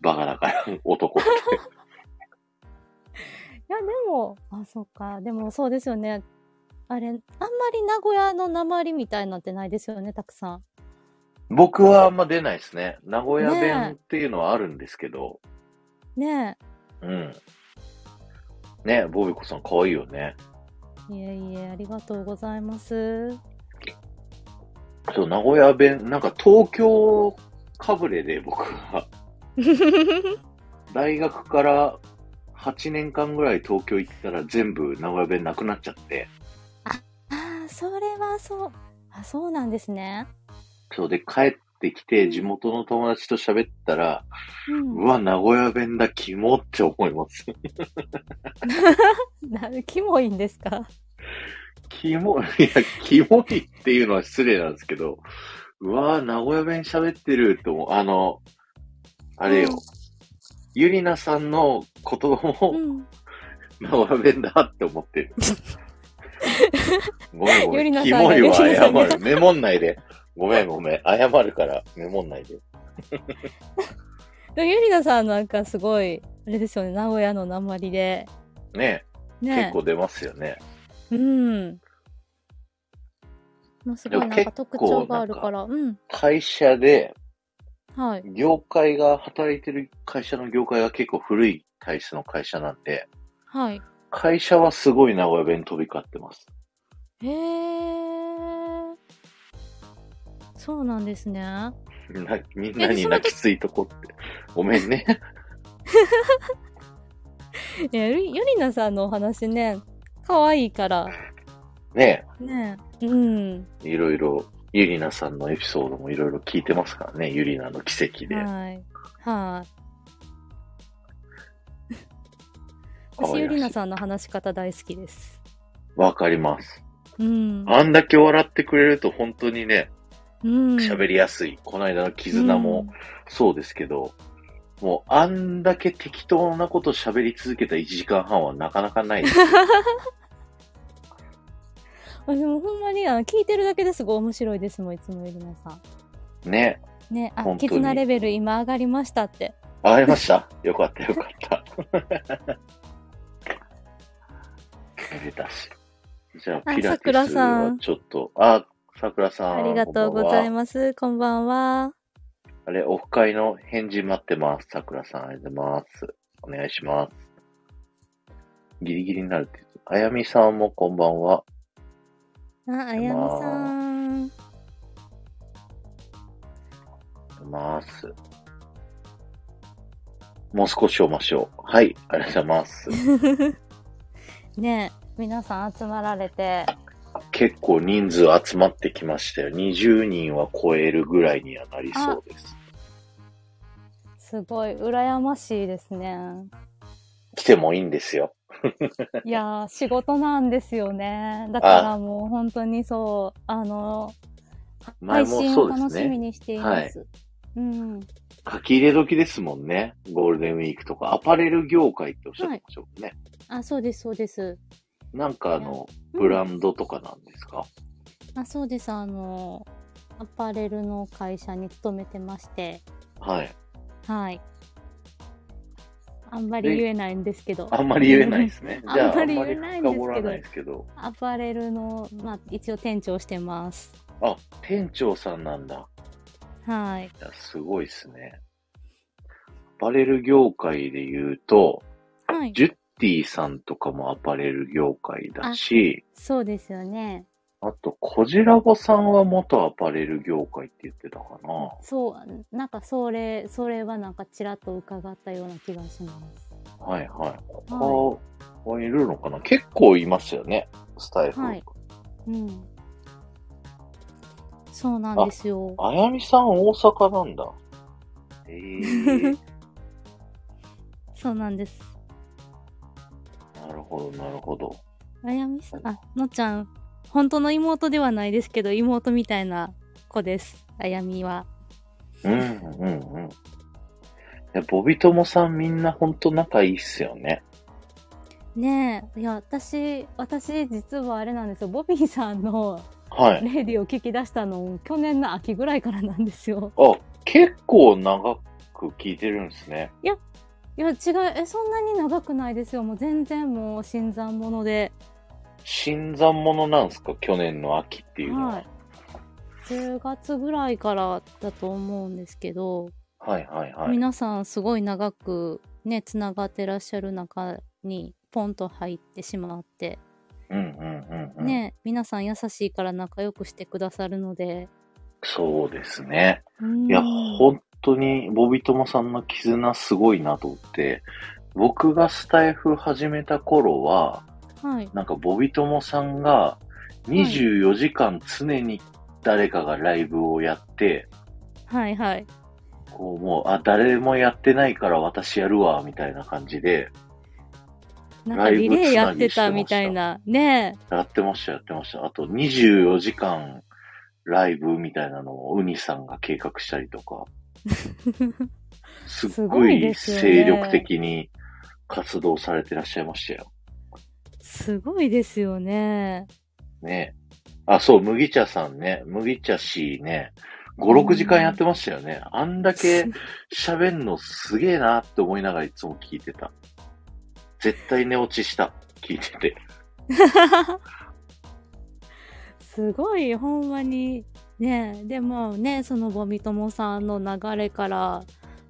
Speaker 1: バカだから、 男って。
Speaker 2: いや、でも、あ、そっか。でも、そうですよね。あれ、あんまり名古屋の鉛みたいなんてないですよね、たくさん。
Speaker 1: 僕はあんま出ないですね。名古屋弁っていうのはあるんですけど、
Speaker 2: ね
Speaker 1: うん。ねボビコさん可愛いよね。
Speaker 2: え。いえいえ、ありがとうござ います。
Speaker 1: そう、名古屋弁、なんか東京かぶれで僕は、大学から8年間ぐらい東京行ってたら全部名古屋弁なくなっちゃって、
Speaker 2: ああ、それはそう。あ、そうなんですね。
Speaker 1: そうで帰ってきて地元の友達と喋ったら、
Speaker 2: うん
Speaker 1: う。わ、名古屋弁だ、キモって思います。
Speaker 2: な、キモいんですか
Speaker 1: キモい、い や、キモいっていうのは失礼なんですけど、うわー、名古屋弁喋ってると思う。あの、あれよ、
Speaker 2: うん
Speaker 1: ゆりなさんの言葉も
Speaker 2: うん。
Speaker 1: 名古屋弁だって思 ってる。ごめんご
Speaker 2: ゆ
Speaker 1: め
Speaker 2: り
Speaker 1: ん、
Speaker 2: な
Speaker 1: キ
Speaker 2: さんが
Speaker 1: モいは
Speaker 2: ゆりな
Speaker 1: 謝
Speaker 2: さんが
Speaker 1: る。メモんないで。ごめんごめん、謝るからメモんないで。
Speaker 2: でもゆりなさんなんかすごい、あれですよね、名古屋の鉛で。
Speaker 1: ね
Speaker 2: ね
Speaker 1: 結構出ますよね。
Speaker 2: うん。もうすごいなん
Speaker 1: でも
Speaker 2: か
Speaker 1: 結構
Speaker 2: 特徴があるから。うん。
Speaker 1: 会社で、
Speaker 2: はい。
Speaker 1: 業界が、働いてる会社の業界が結構古い体質の会社なんで、
Speaker 2: はい。
Speaker 1: 会社はすごい名古屋弁飛び交ってます。
Speaker 2: へえ。そうなんですね。あ
Speaker 1: なみんな
Speaker 2: えで
Speaker 1: に
Speaker 2: その
Speaker 1: 泣きついとこって。ごめんね。
Speaker 2: いやゆりゆりなさんのお話ね、可愛いから。
Speaker 1: ね
Speaker 2: ねえ。うん。
Speaker 1: いろいろ、ゆりなさんのエピソードもいろいろ聞いてますからね。ゆりなの奇跡で。
Speaker 2: はい。 はい。
Speaker 1: 可愛らし
Speaker 2: 私、
Speaker 1: い
Speaker 2: ゆりなさんの話し方大好きです。
Speaker 1: わかります。
Speaker 2: うん。
Speaker 1: あんだけ笑ってくれると本当にね、
Speaker 2: うん。
Speaker 1: 喋りやすい。この間の絆も
Speaker 2: うん
Speaker 1: そうですけど、もうあんだけ適当なこと喋り続けた1時間半はなかなかないです。
Speaker 2: あでもほんまにあの聞いてるだけですごい面白いですもんいつもゆりなさ
Speaker 1: ね。
Speaker 2: ん。ねあ
Speaker 1: 本当に
Speaker 2: 絆レベル今上がりましたって。
Speaker 1: わかりました。よかったよかった。めでたし。じゃあ、
Speaker 2: あ
Speaker 1: ピラティ
Speaker 2: 桜
Speaker 1: ス
Speaker 2: さ
Speaker 1: は
Speaker 2: ん
Speaker 1: ちょっと、あ、さくらさん。
Speaker 2: ありがとうござい
Speaker 1: す。
Speaker 2: ます。こんばんは。
Speaker 1: あれ、オフ会の返事待ってます。さくらさん、ありがとうございます。お願いします。ギリギリになるって言ってあやみさんもこんばんは。
Speaker 2: あ、あやみさん。
Speaker 1: ます。もう少しお待ちを。はい、ありがとうございます。
Speaker 2: ねえ皆さん集まられて。
Speaker 1: 結構人数集まってきましたよ。20人は超えるぐらいにはなりそうです。
Speaker 2: すごい、羨ましいですね。
Speaker 1: 来てもいいんですよ。
Speaker 2: いやー、仕事なんですよね。だからもう本当にそう、あの、
Speaker 1: 前
Speaker 2: 配
Speaker 1: も
Speaker 2: 信
Speaker 1: そ
Speaker 2: を
Speaker 1: うで
Speaker 2: 楽
Speaker 1: す
Speaker 2: しみ
Speaker 1: ね。
Speaker 2: にしています。うん。
Speaker 1: 書き入れ時ですもんね。ゴールデンウィークとか。アパレル業界っておっしゃってましたもんね。
Speaker 2: あ、そうです、そうです。
Speaker 1: なんかあの、
Speaker 2: うん
Speaker 1: ブランドとかなんですか、
Speaker 2: あ、そうです、あの、アパレルの会社に勤めてまして、
Speaker 1: はい。
Speaker 2: はい。あんまり言えないんですけど、
Speaker 1: あんまり言えないですね。
Speaker 2: うん
Speaker 1: じゃあ、あ
Speaker 2: あん
Speaker 1: ん
Speaker 2: ま
Speaker 1: まり
Speaker 2: り言えないんですけ
Speaker 1: 深
Speaker 2: ど
Speaker 1: 掘らないですけど。
Speaker 2: アパレルの、まあ、一応店長してます。
Speaker 1: あ、店長さんなんだ。
Speaker 2: はい。
Speaker 1: いやすごいですね。アパレル業界で言うと、
Speaker 2: はい。
Speaker 1: ジュッティさんとかもアパレル業界だし、
Speaker 2: そうですよね。
Speaker 1: あと、コジラボさんは元アパレル業界って言ってたかな。
Speaker 2: そう、なんかそれ、それはなんかちらっと伺ったような気がします。
Speaker 1: はいはい。他はいるのかな、結構いますよね、スタイフ。
Speaker 2: はいうん。そうなんですよ。
Speaker 1: あやみさん大阪なんだ。え ー、
Speaker 2: そうなんです。
Speaker 1: なるほど、なるほど。
Speaker 2: あやみさん、あ、のっちゃん、本当の妹ではないですけど、妹みたいな子です。あやみは。
Speaker 1: うん、うん、うん。いや、ボビトモさんみんなほんと仲いいっすよね。
Speaker 2: ねえ、いや、私、私、実はあれなんですよ。ボビーさんの
Speaker 1: はい。
Speaker 2: レディを聞き出したの、去年の秋ぐらいからなんですよ。
Speaker 1: あ、結構長く聞いてるんですね。
Speaker 2: いや、違う、え、そんなに長くないですよ。もう全然もう新参者で。
Speaker 1: 新参者なんですか去年の秋っていうのは。
Speaker 2: はい。10月ぐらいからだと思うんですけど、
Speaker 1: はい、はい、はい。
Speaker 2: 皆さんすごい長くね、つながってらっしゃる中に、ポンと入ってしまって、
Speaker 1: うんうんうんうん。
Speaker 2: ね、皆さん優しいから仲良くしてくださるので。
Speaker 1: そうですね。
Speaker 2: うん
Speaker 1: いや、本当に、ボビトモさんの絆すごいなと思って、僕がスタイフ始めた頃は、
Speaker 2: はい。
Speaker 1: なんかボビトモさんが24時間常に誰かがライブをやって、
Speaker 2: はいはい。
Speaker 1: こうもう、あ、誰もやってないから私やるわ、みたいな感じで、
Speaker 2: なんかリレーやってたみたいな。ね
Speaker 1: やってました、やってました。あと24時間ライブみたいなのをウニさんが計画したりとか、すっ
Speaker 2: す
Speaker 1: ご
Speaker 2: ごい
Speaker 1: い
Speaker 2: ですよね
Speaker 1: 精力的に活動されてらっしゃいましたよ。
Speaker 2: すごいですよね。
Speaker 1: ねあ、そう、麦茶さんね、麦茶しね、5、6時間やってましたよね。あんだけ、喋んのすげえなって思いながらいつも聞いてた。絶対寝落ちした。聞いてて。
Speaker 2: すごい、ほんまに。ねでもね、そのボミトモさんの流れから、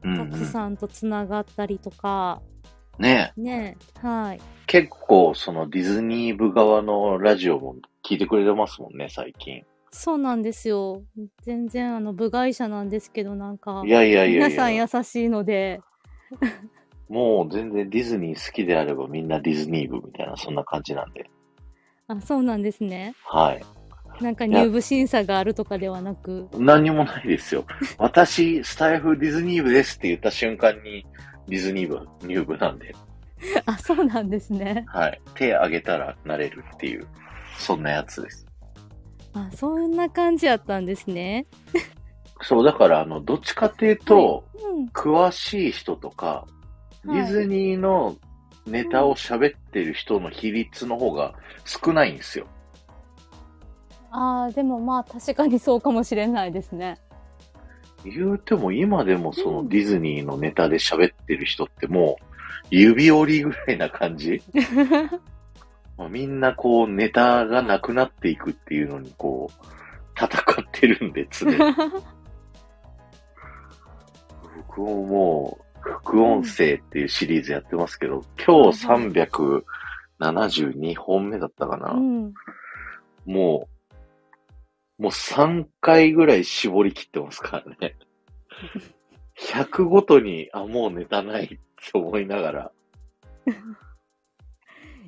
Speaker 1: うん、う
Speaker 2: たく
Speaker 1: ん。
Speaker 2: さんとつながったりとか、
Speaker 1: ねえ
Speaker 2: ねはい。
Speaker 1: 結構そのディズニー部側のラジオも聞いてくれてますもんね、最近。
Speaker 2: そうなんですよ。全然、あの、部外者なんですけど、なんか、
Speaker 1: いやいやいや
Speaker 2: 皆
Speaker 1: い
Speaker 2: さ
Speaker 1: や
Speaker 2: ん優しいので、
Speaker 1: もう全然ディズニー好きであればみんなディズニー部みたいな、そんな感じなんで。
Speaker 2: あ、そうなんですね。
Speaker 1: はい。
Speaker 2: なんか入部審査があるとかではなく、
Speaker 1: 何にもないですよ。私、スタイフディズニー部ですって言った瞬間に、ディズニー部、入部なんで。
Speaker 2: あ、そうなんですね。
Speaker 1: はい。手挙げたらなれるっていう、そんなやつです。
Speaker 2: あ、そんな感じやったんですね。
Speaker 1: そう、だから、あの、どっちかっていうと、
Speaker 2: うん。
Speaker 1: 詳しい人とか、
Speaker 2: はい
Speaker 1: ディズニーのネタを喋ってる人の比率の方が少ないんですよ。
Speaker 2: ああ、でもまあ確かにそうかもしれないですね。
Speaker 1: 言うても、今でもそうの
Speaker 2: ん
Speaker 1: ディズニーのネタで喋ってる人ってもう、指折りぐらいな感 じまあみんなこう、ネタがなくなっていくっていうのに、こう、戦ってるんで、常に。僕ももう、副音声っていうシリーズやってますけど、今日372本目だったかな。
Speaker 2: うん。
Speaker 1: もう、もう3回ぐらい絞り切ってますからね。100ごとに、あ、もうネタないって思いながら。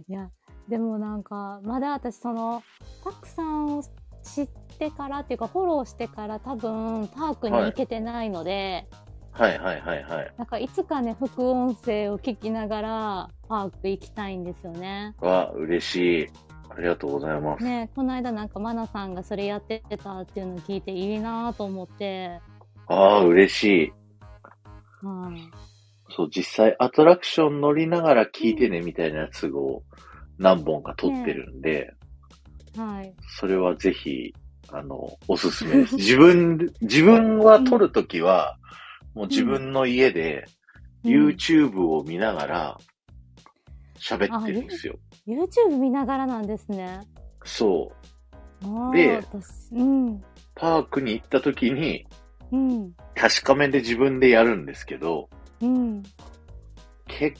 Speaker 2: いや、でもなんか、まだ私その、たくさんを知ってからっていうか、フォローしてから多分、パークに行けてないので、
Speaker 1: はいはいはいはい。
Speaker 2: なんかいつかね、副音声を聞きながら、パーク行きたいんですよね。
Speaker 1: わ、嬉しい。ありがとうございます。
Speaker 2: ねこの間なんかマナさんがそれやってたっていうのを聞いていいなぁと思って、
Speaker 1: ああ、嬉しい。
Speaker 2: はい。
Speaker 1: そう、実際アトラクション乗りながら聞いてねみたいなやつを何本か撮ってるんで、
Speaker 2: はい。
Speaker 1: それはぜひ、あの、おすすめです。自分、自分は撮るときは、もう自分の家で、
Speaker 2: うん
Speaker 1: YouTube を見ながら、喋ってるんですよ。
Speaker 2: YouTube 見ながらなんですね。
Speaker 1: そう。
Speaker 2: ああ
Speaker 1: で
Speaker 2: 私、うん、
Speaker 1: パークに行ったときに、
Speaker 2: うん、
Speaker 1: 確かめで自分でやるんですけど、
Speaker 2: うん、
Speaker 1: け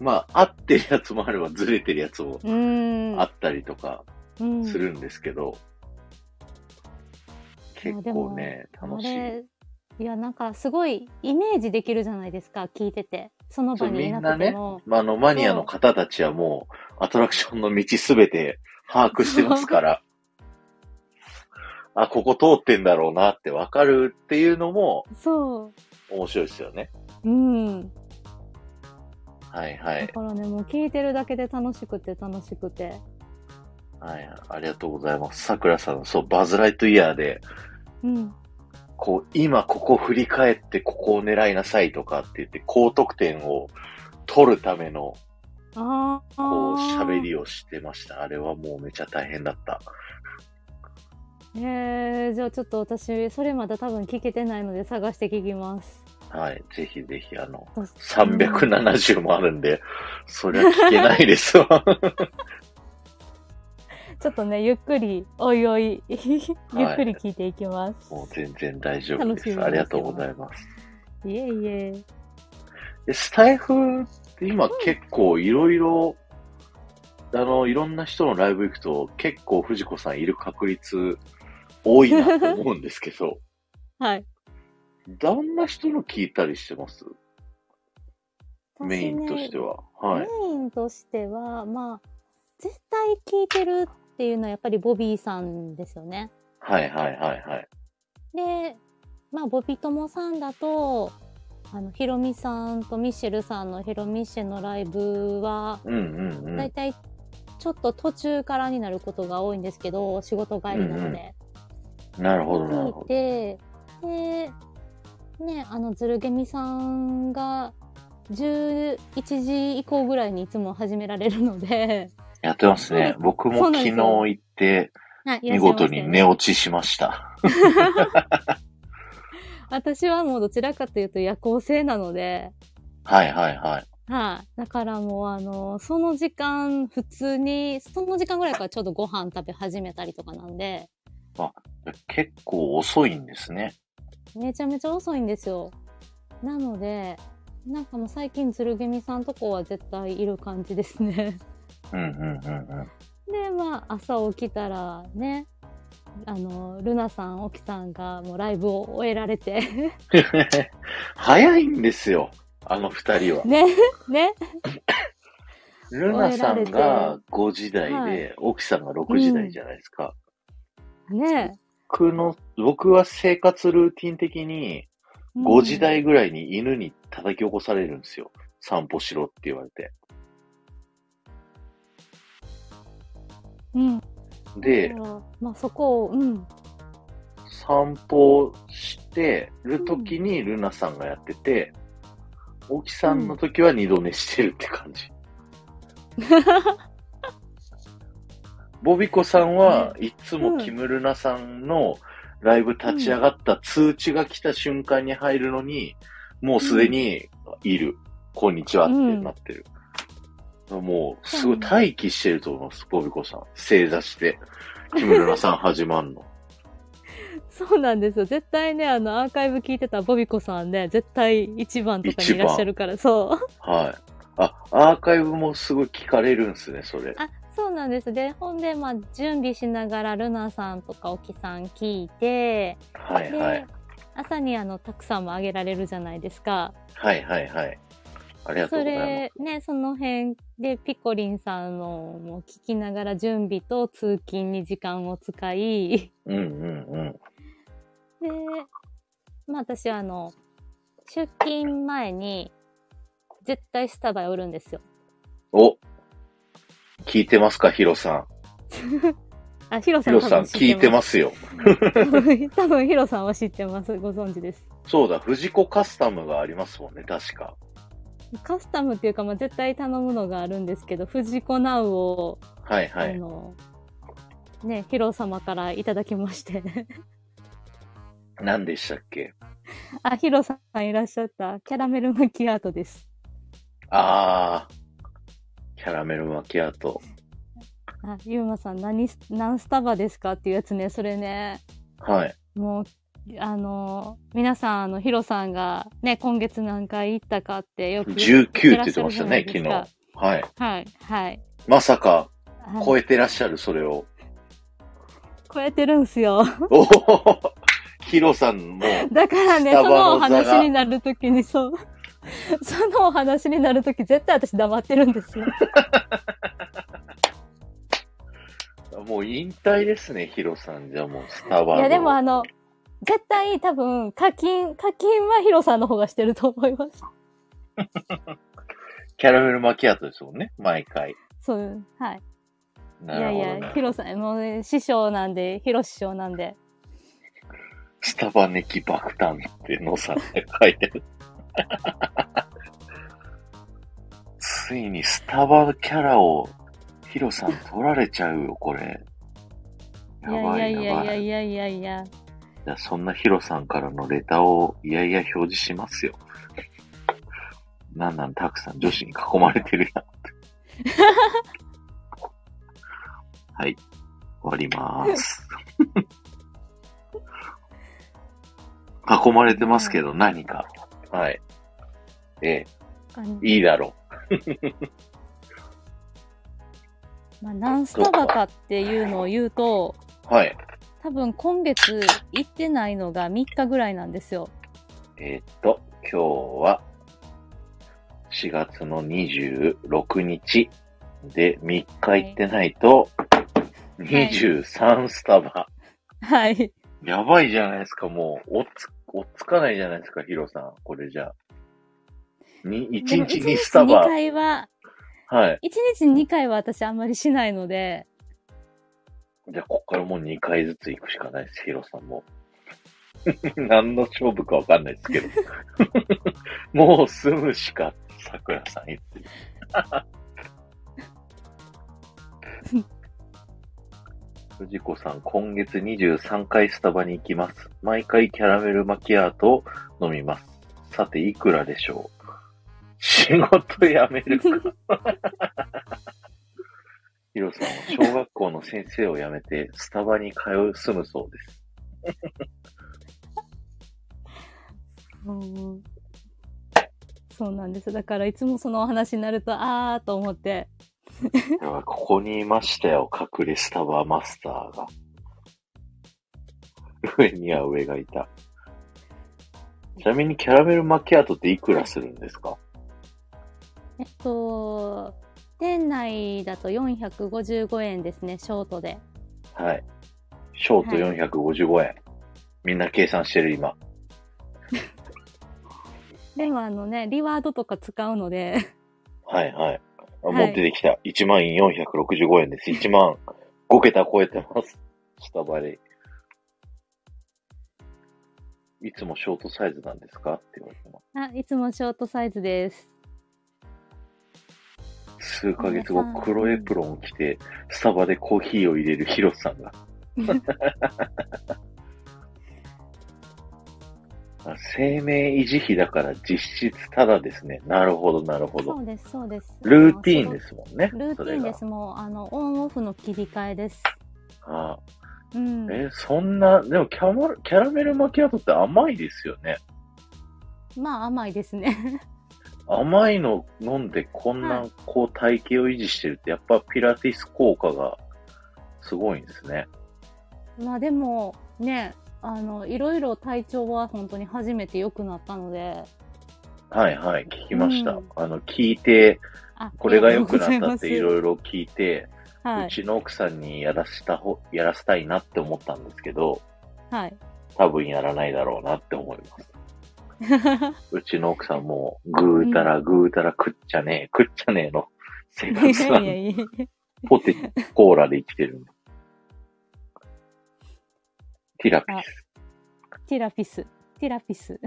Speaker 1: まあ、合ってるやつもあれば、ずれてるやつも
Speaker 2: うん。
Speaker 1: あったりとか
Speaker 2: うん、
Speaker 1: するんですけど、
Speaker 2: うん
Speaker 1: 結構ね、楽し
Speaker 2: あ
Speaker 1: い。
Speaker 2: れいや、なんかすごいイメージできるじゃないですか、聞いてて。その
Speaker 1: そ
Speaker 2: 場
Speaker 1: う
Speaker 2: にいなくても。
Speaker 1: まあ、あの、マニアの方たちはもう、アトラクションの道すべて把握してますから、あ、ここ通ってんだろうなってわかるっていうのも
Speaker 2: そう,、
Speaker 1: 面白いですよね。
Speaker 2: うん。
Speaker 1: はいは
Speaker 2: だ
Speaker 1: い。
Speaker 2: からね、もう聞いてるだけで楽しくて楽しくて。
Speaker 1: はい、ありがとうございます。桜さん、そう、バズライトイヤーで、
Speaker 2: うん。
Speaker 1: こう、今ここ振り返ってここを狙いなさいとかって言って、高得点を取るための、
Speaker 2: ああ。
Speaker 1: こう、喋りをしてました。あれはもうめちゃ大変だった。
Speaker 2: えー、じゃあちょっと私、それまだ多分聞けてないので探して聞きます。
Speaker 1: はい。ぜひぜひ、あの、
Speaker 2: そ
Speaker 1: 370もあるんで、そりゃ聞けないです わ。
Speaker 2: ちょっとね、ゆっくり、おいおい、ゆっくり聞いていきます。
Speaker 1: もう全然大丈夫
Speaker 2: 楽しみ
Speaker 1: で
Speaker 2: に
Speaker 1: す。ありがとうございます。
Speaker 2: い、えいえ。
Speaker 1: でスタイフって今結構いろいろ、あの、いろんな人のライブ行くと結構藤子さんいる確率多いなと思うんですけ ど、
Speaker 2: はい。
Speaker 1: どんな人の聞いたりしてますメインとして
Speaker 2: は、
Speaker 1: は。はい。
Speaker 2: メインとしては、まあ、絶対聞いてるっていうのはやっぱりボビーさんですよね。
Speaker 1: はいはいはいはい。
Speaker 2: で、まあ、ボビトモさんだと、あの、ヒロミさんとミッシェルさんのヒロミッシェのライブは、
Speaker 1: うんうんうん。
Speaker 2: だいたいちょっと途中からになることが多いんですけど、仕事帰りなので。
Speaker 1: なるほどなる
Speaker 2: 聞
Speaker 1: ほ
Speaker 2: いて、で、ね、あの、ズルゲミさんが、11時以降ぐらいにいつも始められるので、
Speaker 1: ど。やってます
Speaker 2: そうで
Speaker 1: ね
Speaker 2: す。
Speaker 1: 僕
Speaker 2: そ
Speaker 1: も
Speaker 2: うな
Speaker 1: 昨
Speaker 2: ん
Speaker 1: 日
Speaker 2: ですよ
Speaker 1: 行って、
Speaker 2: はいい
Speaker 1: 見
Speaker 2: らっしゃいませ
Speaker 1: 事に寝落ちしました。
Speaker 2: 私はもうどちらかというと夜行性なので、
Speaker 1: はいはいはい。
Speaker 2: はい。だからもうあの、その時間、普通に、その時間ぐらいからちょうどご飯食べ始めたりとかなんで、
Speaker 1: 結構遅いんですね。
Speaker 2: めちゃめちゃ遅いんですよ。なので、なんかもう最近、ズルゲミさんとこは絶対いる感じですね。
Speaker 1: うんうんうんうん。
Speaker 2: で、まあ、朝起きたらね、あの、ルナさん、オキさんがもうライブを終えられて、
Speaker 1: 早いんですよ。あの二人は。
Speaker 2: ね、ね、
Speaker 1: ルナさんが
Speaker 2: 終
Speaker 1: 5時台
Speaker 2: は
Speaker 1: で、奥さんが6時台じゃないですか。
Speaker 2: ね。
Speaker 1: 僕の、僕は生活ルーティン的に、5時
Speaker 2: 代
Speaker 1: 台ぐらいに犬に叩き起こされるんですよ。散歩しろって言われて。
Speaker 2: うん。だ
Speaker 1: で
Speaker 2: か、らまあ、そこを、うん。
Speaker 1: 散歩してる時にルナさんがやってて、沖さんの時は二度寝してるって感じ。ボビコさんはいつもキムルナさんのライブ立ち上がった通知が来た瞬間に入るのに、もうすでにいる。こんにちはってなってる。もう、すごい待機してると思います、ボビコさん。正座して。キムルナさん始まんの。
Speaker 2: そうなんですよ。絶対ね、あの、アーカイブ聞いてたボビコさんね、絶対一番とかにいらっしゃるから、そう。
Speaker 1: はい。あ、アーカイブもすごい聞かれるんですね、それ。
Speaker 2: あ、そうなんです。で、ほんで、まあ、準備しながら、ルナさんとかオキさん聞いて、
Speaker 1: はい
Speaker 2: で、
Speaker 1: はい。
Speaker 2: 朝にあの、たくさんもあげられるじゃないですか。
Speaker 1: はいはいはい。ありがとう
Speaker 2: そ
Speaker 1: ございま
Speaker 2: れ、ね、その辺で、ピコリンさんのも聞きながら準備と通勤に時間を使い、
Speaker 1: す。うんうんうん。
Speaker 2: で、まあ私はあの、出勤前に、絶対スタバ寄るんですよ。
Speaker 1: お聞いてますか、ヒロさん。
Speaker 2: あ、ヒロ
Speaker 1: ヒ
Speaker 2: さん。
Speaker 1: ロさん、聞いてますすよ。
Speaker 2: 多分ヒロさんは知ってます。ご存知です。
Speaker 1: そうだ、藤子カスタムがありますもんね、確か。
Speaker 2: カスタムっていうか、まあ絶対頼むのがあるんですけど、藤子ナウを、
Speaker 1: はいは
Speaker 2: あ
Speaker 1: い。
Speaker 2: の、ね、ヒロ様からいただきまして。
Speaker 1: 何でしたっけ
Speaker 2: あ、ヒロさんいらっしゃった。キャラメルマキアートです。
Speaker 1: あー、キャラメルマキアート。
Speaker 2: あ、ユうマさん、何す、何スタバですかっていうやつね、それね。
Speaker 1: はい。
Speaker 2: もう、あの、皆さん、あの、ヒロさんがね、今月何回行ったかってよく。
Speaker 1: 19って言ってましたね、昨
Speaker 2: 言ってらっ
Speaker 1: 日
Speaker 2: し。
Speaker 1: はい。
Speaker 2: ゃるじゃないですか。はい、
Speaker 1: まさか、
Speaker 2: はい。
Speaker 1: 超
Speaker 2: はい
Speaker 1: えてらっしゃる、それを。
Speaker 2: 超えてるんすよ。
Speaker 1: おお ヒロさんも、
Speaker 2: だからね、
Speaker 1: スタバの
Speaker 2: そのお
Speaker 1: 座が
Speaker 2: 話になるときに、 そう。そのお話になるとき、絶対私黙ってるんですよ。
Speaker 1: もう引退ですね、ヒロさん。じゃあもうスタバ
Speaker 2: い
Speaker 1: の
Speaker 2: や、でもあの、絶対多分、課金、課金はヒロさんの方がしてると思います。
Speaker 1: キャラメルマキアートですもんね、毎回。
Speaker 2: そう、はい。い
Speaker 1: な
Speaker 2: や
Speaker 1: る
Speaker 2: い
Speaker 1: ほどな
Speaker 2: や、ヒロさん、もうね、師匠なんで、ヒロ師匠なんで。
Speaker 1: スタバネキ爆誕ってのさんって書いてある。ついにスタバキャラをヒロさん取られちゃうよ、これ。やばい
Speaker 2: い
Speaker 1: や
Speaker 2: やい
Speaker 1: ば
Speaker 2: や
Speaker 1: い。
Speaker 2: いやいやいやいや。
Speaker 1: じゃあそんなヒロさんからのレターをいやいや表示しますよ。なんなん、たくさん女子に囲まれてるやん。はい。終わりまーす。囲まれてますけど、何か。はい。え
Speaker 2: あの
Speaker 1: え、いいだろ
Speaker 2: まあ、ナンスタバカっていうのを言うと、
Speaker 1: う。はい。
Speaker 2: 多分今月行ってないのが3日ぐらいなんですよ。
Speaker 1: えーっと、今日は4月の26日で3日行ってないと
Speaker 2: い
Speaker 1: 23スタバ。
Speaker 2: はい。
Speaker 1: やばいじゃないですか、もう。おっつ、おっつかないじゃないですか、ヒロさん。これじゃあ。に、1
Speaker 2: でも
Speaker 1: 日にスタバ
Speaker 2: 1日2。回は、
Speaker 1: はい。
Speaker 2: 1日2回は私あんまりしないので、
Speaker 1: じゃあ、ここからもう2回ずつ行くしかないです、ヒロさんも。 何の勝負かわかんないですけど。もう住むしか、桜さん言ってる。藤子さん、今月23回スタバに行きます。毎回キャラメルマキアートを飲みます。さて、いくらでしょう仕事辞めるか。ヒロさんは小学校の先生を辞めて、スタバに通う、住むそうです。
Speaker 2: うんそうなんです。だからいつもそのお話になると、あーと思って、
Speaker 1: いやここにいましたよ、隠れスタバマスターが。 上には上がいた。ちなみにキャラメルマキアートっていくらするんですか
Speaker 2: えっと、店内だと455円ですね、ショートで。
Speaker 1: はい。ショート455円。みんな計算してる今。
Speaker 2: でもあのね、リワードとか使うので、
Speaker 1: はいはい。あ
Speaker 2: はい
Speaker 1: もう出てきた。1万465円 です。1万5桁超えてます。スタバで。いつもショートサイズなんですかって言われてます。
Speaker 2: あ、いつもショートサイズです。
Speaker 1: 数ヶ月後、黒エプロンを着て、スタバでコーヒーを入れるヒロさん が。あ生命維持費だから実質ただですね。なるほど、なるほ
Speaker 2: そ
Speaker 1: ど。
Speaker 2: うです、そうです。。
Speaker 1: ルーティーンですすもんね。
Speaker 2: ルーティーンです。
Speaker 1: それ
Speaker 2: もう、あの、オンオフの切り替えです。
Speaker 1: が。ああ
Speaker 2: うん。
Speaker 1: え、そんな、でもキャマキャラメルマキアートって甘いですよね。
Speaker 2: まあ、甘いですね。
Speaker 1: 甘いの飲んでこん
Speaker 2: は
Speaker 1: な、こう体型を維持してるって、やっぱピラティス効果がすごいんですね。
Speaker 2: まあ、でも、ね、あの、いろいろ体調は本当に初めて良くなったので、
Speaker 1: はいはい、聞きました。
Speaker 2: うん
Speaker 1: あの、聞いて、
Speaker 2: あ
Speaker 1: これが良くなったってい
Speaker 2: いろ
Speaker 1: ろいろ聞い て、
Speaker 2: ございま
Speaker 1: う
Speaker 2: す
Speaker 1: ちの奥さんにやらしたほ、やらせたいなって思ったんですけど、
Speaker 2: はい。
Speaker 1: 多分やらないだろうなって思います。
Speaker 2: は
Speaker 1: うちの奥さんも、ぐーたらぐーたら食っちゃねえ、食っちゃねえ の生
Speaker 2: い。 い
Speaker 1: 活
Speaker 2: や
Speaker 1: ない
Speaker 2: や
Speaker 1: んで、
Speaker 2: いや。
Speaker 1: ポテチ、コーラで生きてるんで。ティラピス。
Speaker 2: ティラピス。ティラピス。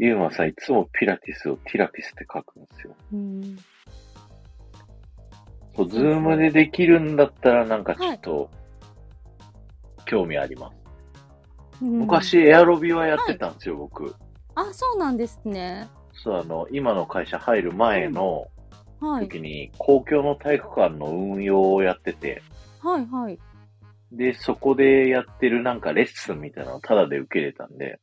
Speaker 1: ユーマさんいつもピラティスをティラピスって書くんですよ。
Speaker 2: うん。
Speaker 1: そう、ズ
Speaker 2: そうそう
Speaker 1: ームでできるんだったらなんかちょっと、興味あります。
Speaker 2: うん
Speaker 1: 昔。エアロビはやってたんですよ、僕。
Speaker 2: あ、そうなんですね。
Speaker 1: そう、あの、今の会社入る前の
Speaker 2: はい。
Speaker 1: 時に、公共の体育館の運用をやってて、
Speaker 2: はい、はい。
Speaker 1: で、そこでやってるなんかレッスンみたいなのをタダで受けれたんで、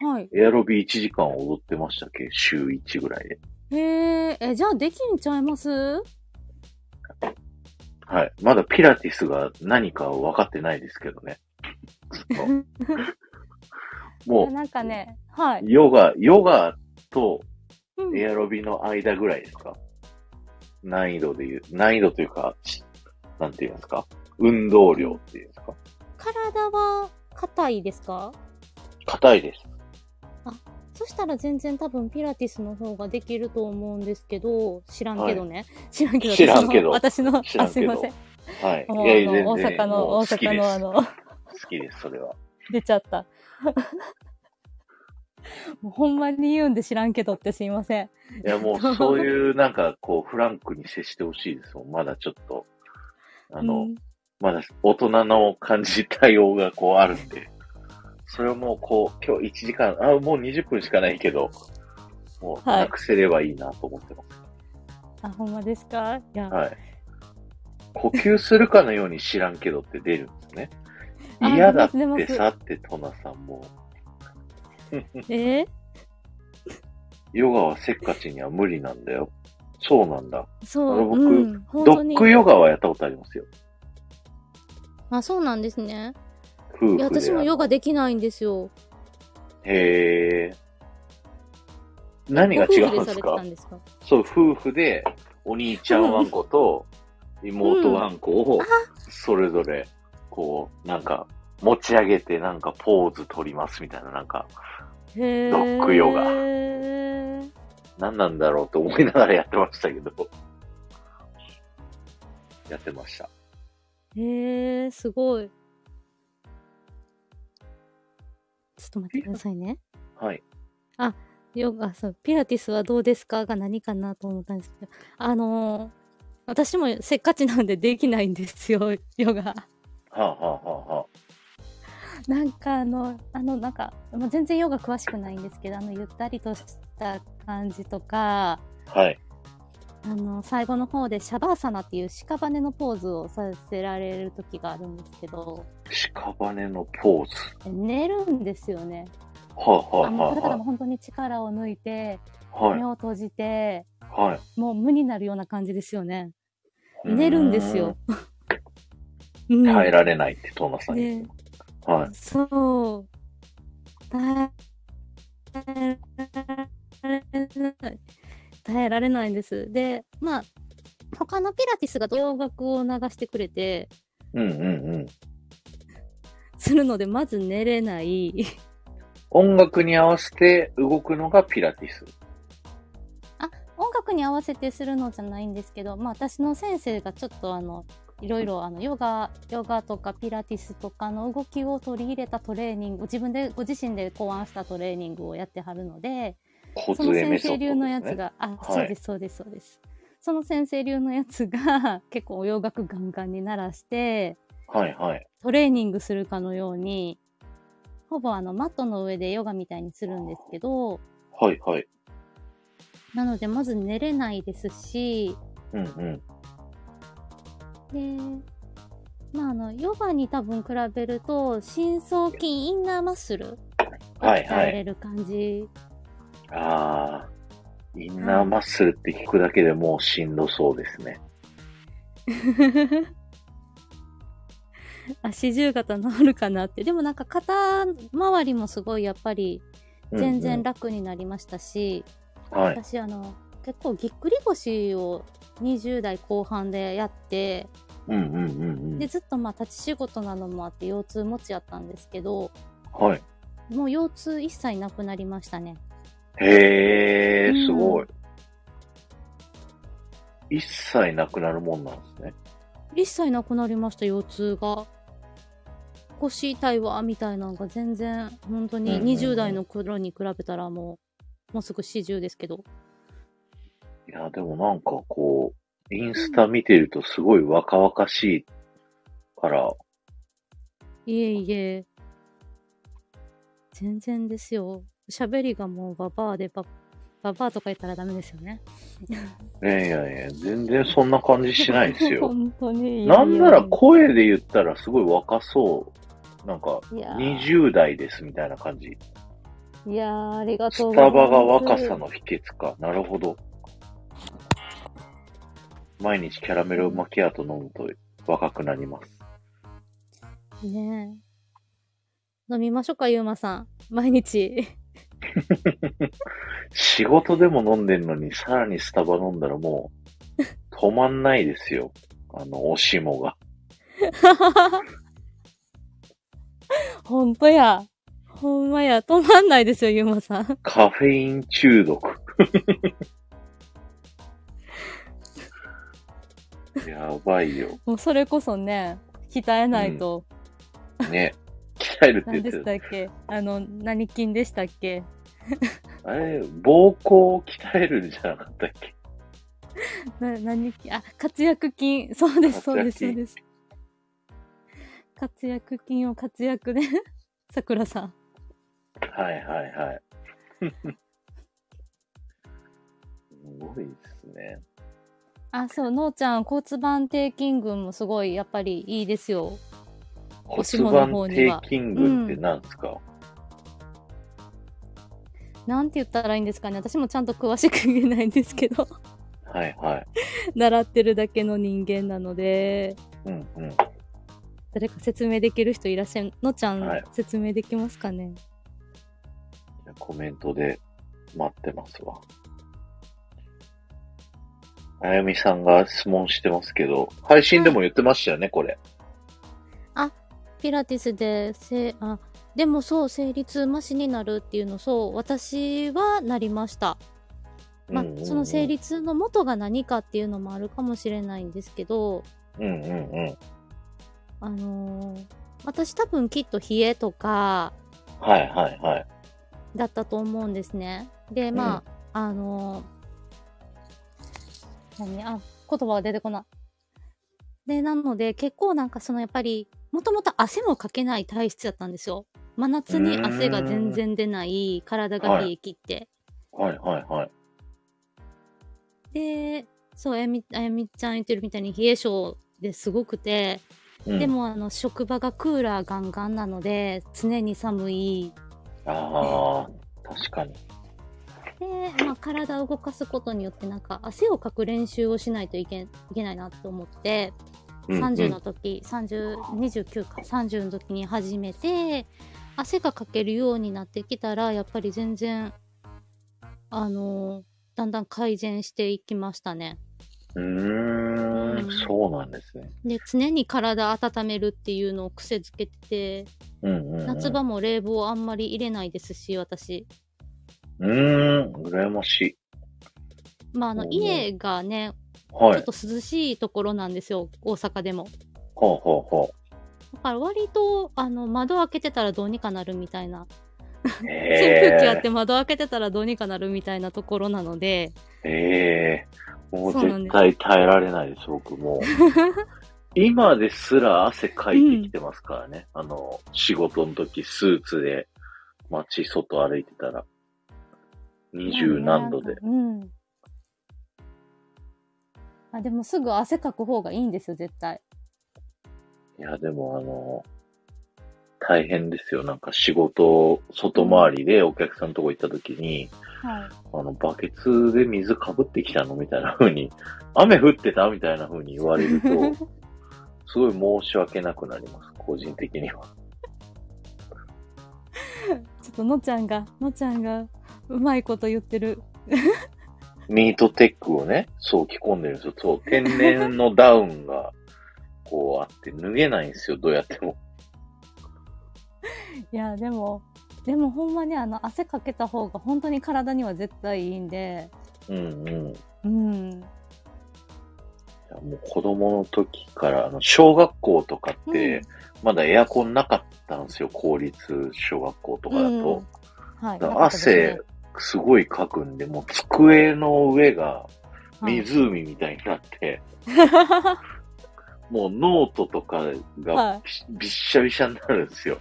Speaker 2: はい。
Speaker 1: エアロビ1時間踊ってましたっけ週1ぐらいで。
Speaker 2: へえ、え、じゃあできんちゃいます
Speaker 1: はい。まだピラティスが何か分かってないですけどね。その もう、
Speaker 2: なんかね、はい。
Speaker 1: ヨガ、ヨガと
Speaker 2: うん
Speaker 1: エアロビの間ぐらいですか難易度で言う、難易度というか、しなんて言うんですか運動量っていうんですか
Speaker 2: 体は硬いですか
Speaker 1: 硬いです。
Speaker 2: そしたら全然多分ピラティスの方ができると思うんですけど、知らんけどね。知らんけど。
Speaker 1: 知らんけど
Speaker 2: 私の、
Speaker 1: 知
Speaker 2: 私
Speaker 1: ら
Speaker 2: の
Speaker 1: ん
Speaker 2: あ、
Speaker 1: け
Speaker 2: す
Speaker 1: ど
Speaker 2: いません。
Speaker 1: はい。
Speaker 2: もう
Speaker 1: いやい
Speaker 2: あ
Speaker 1: や、
Speaker 2: の
Speaker 1: 全
Speaker 2: 大阪
Speaker 1: 然、
Speaker 2: の、
Speaker 1: もう
Speaker 2: 大
Speaker 1: 好き
Speaker 2: 阪
Speaker 1: で
Speaker 2: のあ
Speaker 1: す。
Speaker 2: の、
Speaker 1: 好きです、それは。
Speaker 2: 出ちゃった。 もうほんまに言うんで知らんけどってすいません。
Speaker 1: いや、もう、そういう、なんか、こう、フランクに接してほしいですもん。まだちょっと、あの、
Speaker 2: うん
Speaker 1: まだ大人の感じ、対応がこうあるんで、それをもうこう、今日1時間、あ、もう20分しかないけど、もう
Speaker 2: はい
Speaker 1: なくせればいいなと思ってま
Speaker 2: あ、ほんまですかいや、
Speaker 1: す。はい。呼吸するかのように知らんけどって出るんですね。
Speaker 2: あ
Speaker 1: 嫌だっ
Speaker 2: 出ま
Speaker 1: て
Speaker 2: す出
Speaker 1: さって、トナさんも、
Speaker 2: え
Speaker 1: ヨガはせっかちには無理なんだよ。そうなんだ。
Speaker 2: そう、
Speaker 1: 僕
Speaker 2: うん、
Speaker 1: ド
Speaker 2: 本当に
Speaker 1: ッ。グヨガはやったことありますよ。
Speaker 2: あ、そうなんですね。
Speaker 1: 夫婦
Speaker 2: い
Speaker 1: で
Speaker 2: や、
Speaker 1: やる。
Speaker 2: 私もヨガできないんですよ。
Speaker 1: へえ。何が違うんです
Speaker 2: ご夫婦でされてた
Speaker 1: か
Speaker 2: んですか
Speaker 1: そう、夫婦で、お兄ちゃんワンコと妹ワンコを、それぞれ、こう、なんか、持ち上げて、なんか、ポーズ取りますみたいな、なんか、
Speaker 2: へー
Speaker 1: ドッグヨガ
Speaker 2: へー
Speaker 1: 何なんだろうと思いながらやってましたけど、 やってました。
Speaker 2: へーすごい。ちょっと待ってくださいね。
Speaker 1: はい。
Speaker 2: ヨガ、そう、ピラティスはどうですかが何かなと思ったんですけど、あのー私もせっかちなんでできないんですよ、 ヨガ。
Speaker 1: はあ、はあはあは
Speaker 2: なんかあの、あの、なんか、まあ全然ヨガ詳しくないんですけど、あの、ゆったりとした感じとか、
Speaker 1: あ、はい。
Speaker 2: あの、最後の方でシャバーサナっていう屍のポーズをさせられる時があるんですけど、
Speaker 1: 屍のポーズ。
Speaker 2: 寝るんですよね。
Speaker 1: はあ、は
Speaker 2: あ
Speaker 1: あ
Speaker 2: の、だからも
Speaker 1: は
Speaker 2: う本当に力を抜いて、
Speaker 1: あ、はい
Speaker 2: 目。を閉じて、
Speaker 1: はい。
Speaker 2: もう無になるような感じですよね。寝るんです よ。うん
Speaker 1: うーん。耐えられないって、トーナさん言って
Speaker 2: ね
Speaker 1: ます。はい。
Speaker 2: そう。耐えられない。耐えられないんです。で、まあ、他のピラティスが洋楽を流してくれて、
Speaker 1: うんうんうん。
Speaker 2: するので、まず寝 れない。
Speaker 1: 音楽に合わせて動くのがピラティス。
Speaker 2: 音楽に合わせてするのじゃないんですけど、まあ、私の先生がちょっとあのいろいろあのヨガヨガとかピラティスとかの動きを取り入れたトレーニング自分でご自身で考案したトレーニングをやってはるので
Speaker 1: 小
Speaker 2: その
Speaker 1: 杖メ
Speaker 2: 先
Speaker 1: ソッド、
Speaker 2: 生
Speaker 1: ね。
Speaker 2: 流のやつが、あ
Speaker 1: はい
Speaker 2: そうですそうですそうです、その先生流のやつが 結構洋楽ガンガンに鳴らして
Speaker 1: はいはい。
Speaker 2: トレーニングするかのようにほぼあのマットの上でヨガみたいにするんですけど
Speaker 1: はいはい。
Speaker 2: なのでまず寝れないですし
Speaker 1: うんうん。
Speaker 2: で、まあ、あの、ヨガに多分比べると、深層筋、インナーマッスルを
Speaker 1: は
Speaker 2: 鍛
Speaker 1: い
Speaker 2: え
Speaker 1: はい
Speaker 2: れる感じ。
Speaker 1: あー、インナーマッスルって聞くだけでもうしんどそうですね。
Speaker 2: 足十型治るかなって。でもなんか肩周りもすごいやっぱり全然楽になりましたし、
Speaker 1: うんうん、はい。
Speaker 2: 私あの、結構ぎっくり腰を20代後半でやって、
Speaker 1: うんうんうんう
Speaker 2: で、ずっとまあ立ち仕事なのもあって腰痛持ちやったんですけど、
Speaker 1: ん。はい。
Speaker 2: もう腰痛一切なくなりましたね。
Speaker 1: へ
Speaker 2: う
Speaker 1: ー、
Speaker 2: ん
Speaker 1: すごい。一切なくなるもんなんですね。
Speaker 2: 一切なくなりました腰痛が腰痛いわみたいなのが全然本当
Speaker 1: うん
Speaker 2: に
Speaker 1: うんうん
Speaker 2: 20代の頃に比べたらもうもうすぐ40ですけど
Speaker 1: いや、でもなんかこう、インスタ見てるとすごい若々しいから、
Speaker 2: いえいえ全然ですよ喋りがもうババアでバババアとか言ったらダメですよね
Speaker 1: いやいやいや、全然そんな感じしないです よ。
Speaker 2: 本当に
Speaker 1: なんなら声で言ったらすごい若そう。なんか、
Speaker 2: いやー
Speaker 1: 20代ですみたいな感じ。
Speaker 2: いやーありがとう
Speaker 1: ス
Speaker 2: ござ
Speaker 1: タ
Speaker 2: います
Speaker 1: バが若さの秘訣か。なるほど。毎日キャラメルマキアート飲むと若くなります。
Speaker 2: ねえ飲みましょうかゆうまさん毎日
Speaker 1: 仕事でも飲んでんのに、さらにスタバ飲んだらもう、止まんないですよ。あの、おしもが。
Speaker 2: ほんとや。ほんまや。止まんないですよ、ゆうまさん。
Speaker 1: カフェイン中毒。 やばいよ。
Speaker 2: もうそれこそね、鍛えないと。
Speaker 1: ね。鍛えるって
Speaker 2: 何で
Speaker 1: 言っ
Speaker 2: してたっけあの、何筋でしたっけ
Speaker 1: た。あれ、膀胱を鍛えるんじゃなかったっけ
Speaker 2: な何筋あ、活躍筋。そうです、そうで
Speaker 1: 活
Speaker 2: す、そう
Speaker 1: 躍
Speaker 2: です。活躍金を活躍ね。 さくらさん。
Speaker 1: はいはいはい。すごいですね。
Speaker 2: あ、そう、のうちゃん、骨盤底筋群もすごい、やっぱりいいですよ。おしも
Speaker 1: 骨
Speaker 2: の方
Speaker 1: 盤
Speaker 2: には
Speaker 1: 底筋群って何ですか、
Speaker 2: なんて言ったらいいんですかね。私もちゃんと詳しく言えないんですけど、
Speaker 1: はいはい。
Speaker 2: 習ってるだけの人間なので、
Speaker 1: うんうん。
Speaker 2: 誰か説明できる人いらっしゃるのちゃん、
Speaker 1: はい
Speaker 2: 説明できますかね
Speaker 1: コメントで待ってますわ。あやみさんが質問してますけど、配信でも言ってましたよね、これ。
Speaker 2: ピラティスでせあでもそう生理痛マシになるっていうのそう私はなりました、まあ
Speaker 1: うんうんうん
Speaker 2: その生。理痛の元が何かっていうのもあるかもしれないんですけど
Speaker 1: うんうんうん。
Speaker 2: あのー私多分きっと冷えとか
Speaker 1: はいはいはい。
Speaker 2: だったと思うんですねでまあ、あのー何あ言葉が出てこないでなので結構なんかそのやっぱりもともと汗もかけない体質だったんですよ真夏に汗が全然出ない体が冷え切って、
Speaker 1: はいはいはい。
Speaker 2: でそうあやみあやみちゃん言ってるみたいに冷え性ですごくて、
Speaker 1: うん
Speaker 2: で、もあの職場がクーラーガンガンなので常に寒い
Speaker 1: ああ、確かに。
Speaker 2: で、まあ、体を動かすことによってなんか汗をかく練習をしないといけいけないなと思って、
Speaker 1: うんうん
Speaker 2: 30の時3029か30の時に始めて汗がかけるようになってきたらやっぱり全然あのだんだん改善していきましたね。
Speaker 1: うー
Speaker 2: うん
Speaker 1: ん、そうなんですね。
Speaker 2: で常に体温めるっていうのを癖づけてて
Speaker 1: うんうん、うん。
Speaker 2: 夏場も冷房あんまり入れないですし私
Speaker 1: うーん、羨ましい。
Speaker 2: まああの
Speaker 1: おー
Speaker 2: 家がね
Speaker 1: は
Speaker 2: ちょ
Speaker 1: い
Speaker 2: っ。と涼しいところなんですよ、大阪でも。
Speaker 1: ほうほうほ
Speaker 2: だから割とあの窓開けてたらどうにかなるみたいな、
Speaker 1: う。
Speaker 2: 扇風機あっ
Speaker 1: え
Speaker 2: て窓開けてたらどうにかなるみたいなところなので、
Speaker 1: え。ええ。もう
Speaker 2: そうなんです
Speaker 1: 絶対耐えられないです、僕 もう。今ですら汗かいてきてますからね。あの、仕事の時、スーツで街外歩いてたら。二十何度で。
Speaker 2: うんあでもすぐ汗かく方がいいんですよ絶対
Speaker 1: いや、でもあの、大変ですよ。なんか仕事、外回りでお客さんのとこ行った時に、
Speaker 2: はい
Speaker 1: あの、バケツで水かぶってきたのみたいな風に、 雨降ってたみたいな風に言われる と、すごい申し訳なくなります、個人的には。
Speaker 2: ちょっとのちゃんがのちゃんがうまいこと言ってる
Speaker 1: ミートテックをね、そう着込んでるんですよ。そう、天然のダウンが、こうあって、脱げないんですよ、どうやっても。
Speaker 2: いやでもでもほんまにあの汗かけた方が本当に体には絶対いいんで
Speaker 1: うんうん。い
Speaker 2: うん
Speaker 1: やもう子供の時から、あの、小学校とかって、まだエアコンなかったんですよ、公立小学校とかだと。
Speaker 2: うんは
Speaker 1: だから
Speaker 2: いなかったですね
Speaker 1: 汗、すごいかくんで、もう机の上が湖みたいになって、
Speaker 2: はい
Speaker 1: もうノートとか
Speaker 2: は
Speaker 1: が
Speaker 2: い
Speaker 1: びびっしゃびしゃになるんですよ。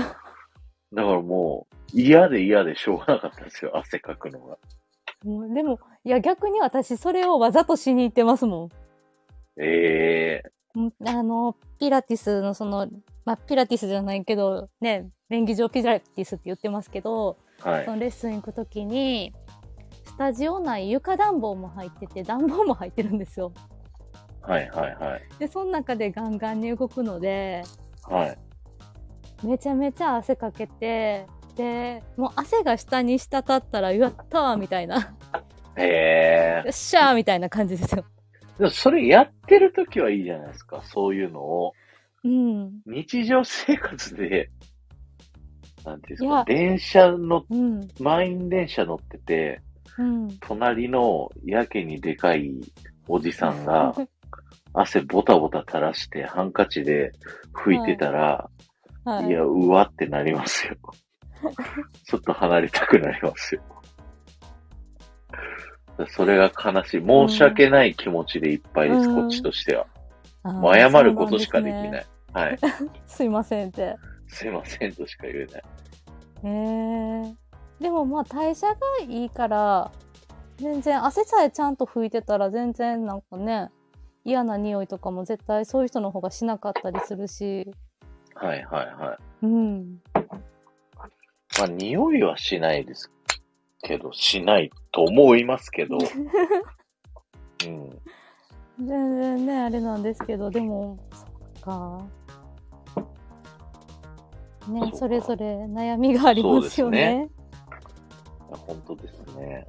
Speaker 1: だからもう、嫌で嫌でしょうがなかったんですよ、汗かくのが。
Speaker 2: もうでもいや逆に私それをわざとしに行ってますもん
Speaker 1: ええ
Speaker 2: うんあの、ピラティスのその、まあ、ピラティスじゃないけど、ね、便宜上ピラティスって言ってますけど、
Speaker 1: はい
Speaker 2: そ。のレッスン行くときに、スタジオ内床暖房も入ってて、暖房も入ってるんですよ。
Speaker 1: はいはいはい。
Speaker 2: で、その中でガンガンに動くので、
Speaker 1: はい。
Speaker 2: めちゃめちゃ汗かけて、で、もう汗が下に滴ったら、やったーみたいな、よ
Speaker 1: ええ
Speaker 2: っしゃーみたいな感じですよ。
Speaker 1: でもそれやってる時はいいじゃないですか、そういうのを。
Speaker 2: うん。
Speaker 1: 日常生活で、なんていうんです
Speaker 2: い
Speaker 1: か
Speaker 2: や、
Speaker 1: 電車の、
Speaker 2: うん。
Speaker 1: 満員電車乗ってて、
Speaker 2: うん。
Speaker 1: 隣のやけにでかいおじさん が、汗ボタボタ垂らしてハンカチで拭いてたら、、
Speaker 2: はい
Speaker 1: や、うわってなります よ。ちょっと離れたくなりますよ。それが悲しい。申し訳ない気持ちでいっぱいです、
Speaker 2: うん
Speaker 1: こっちとしては。
Speaker 2: あー
Speaker 1: もう謝ることしかできない。はい。
Speaker 2: すいませんって。
Speaker 1: すいませんとしか言えない。
Speaker 2: へえでもまあ代謝がいいから全然汗さえちゃんと拭いてたら全然なんかね嫌な匂いとかも絶対そういう人の方がしなかったりするし
Speaker 1: はいはいはい。
Speaker 2: うん
Speaker 1: まあ、匂いはしないですけど、しないと思います けど。うん。
Speaker 2: 全然ねあれなんですけどでもそっか
Speaker 1: そう
Speaker 2: ね
Speaker 1: か
Speaker 2: それぞれ悩みがありますよね
Speaker 1: いや本当ですね。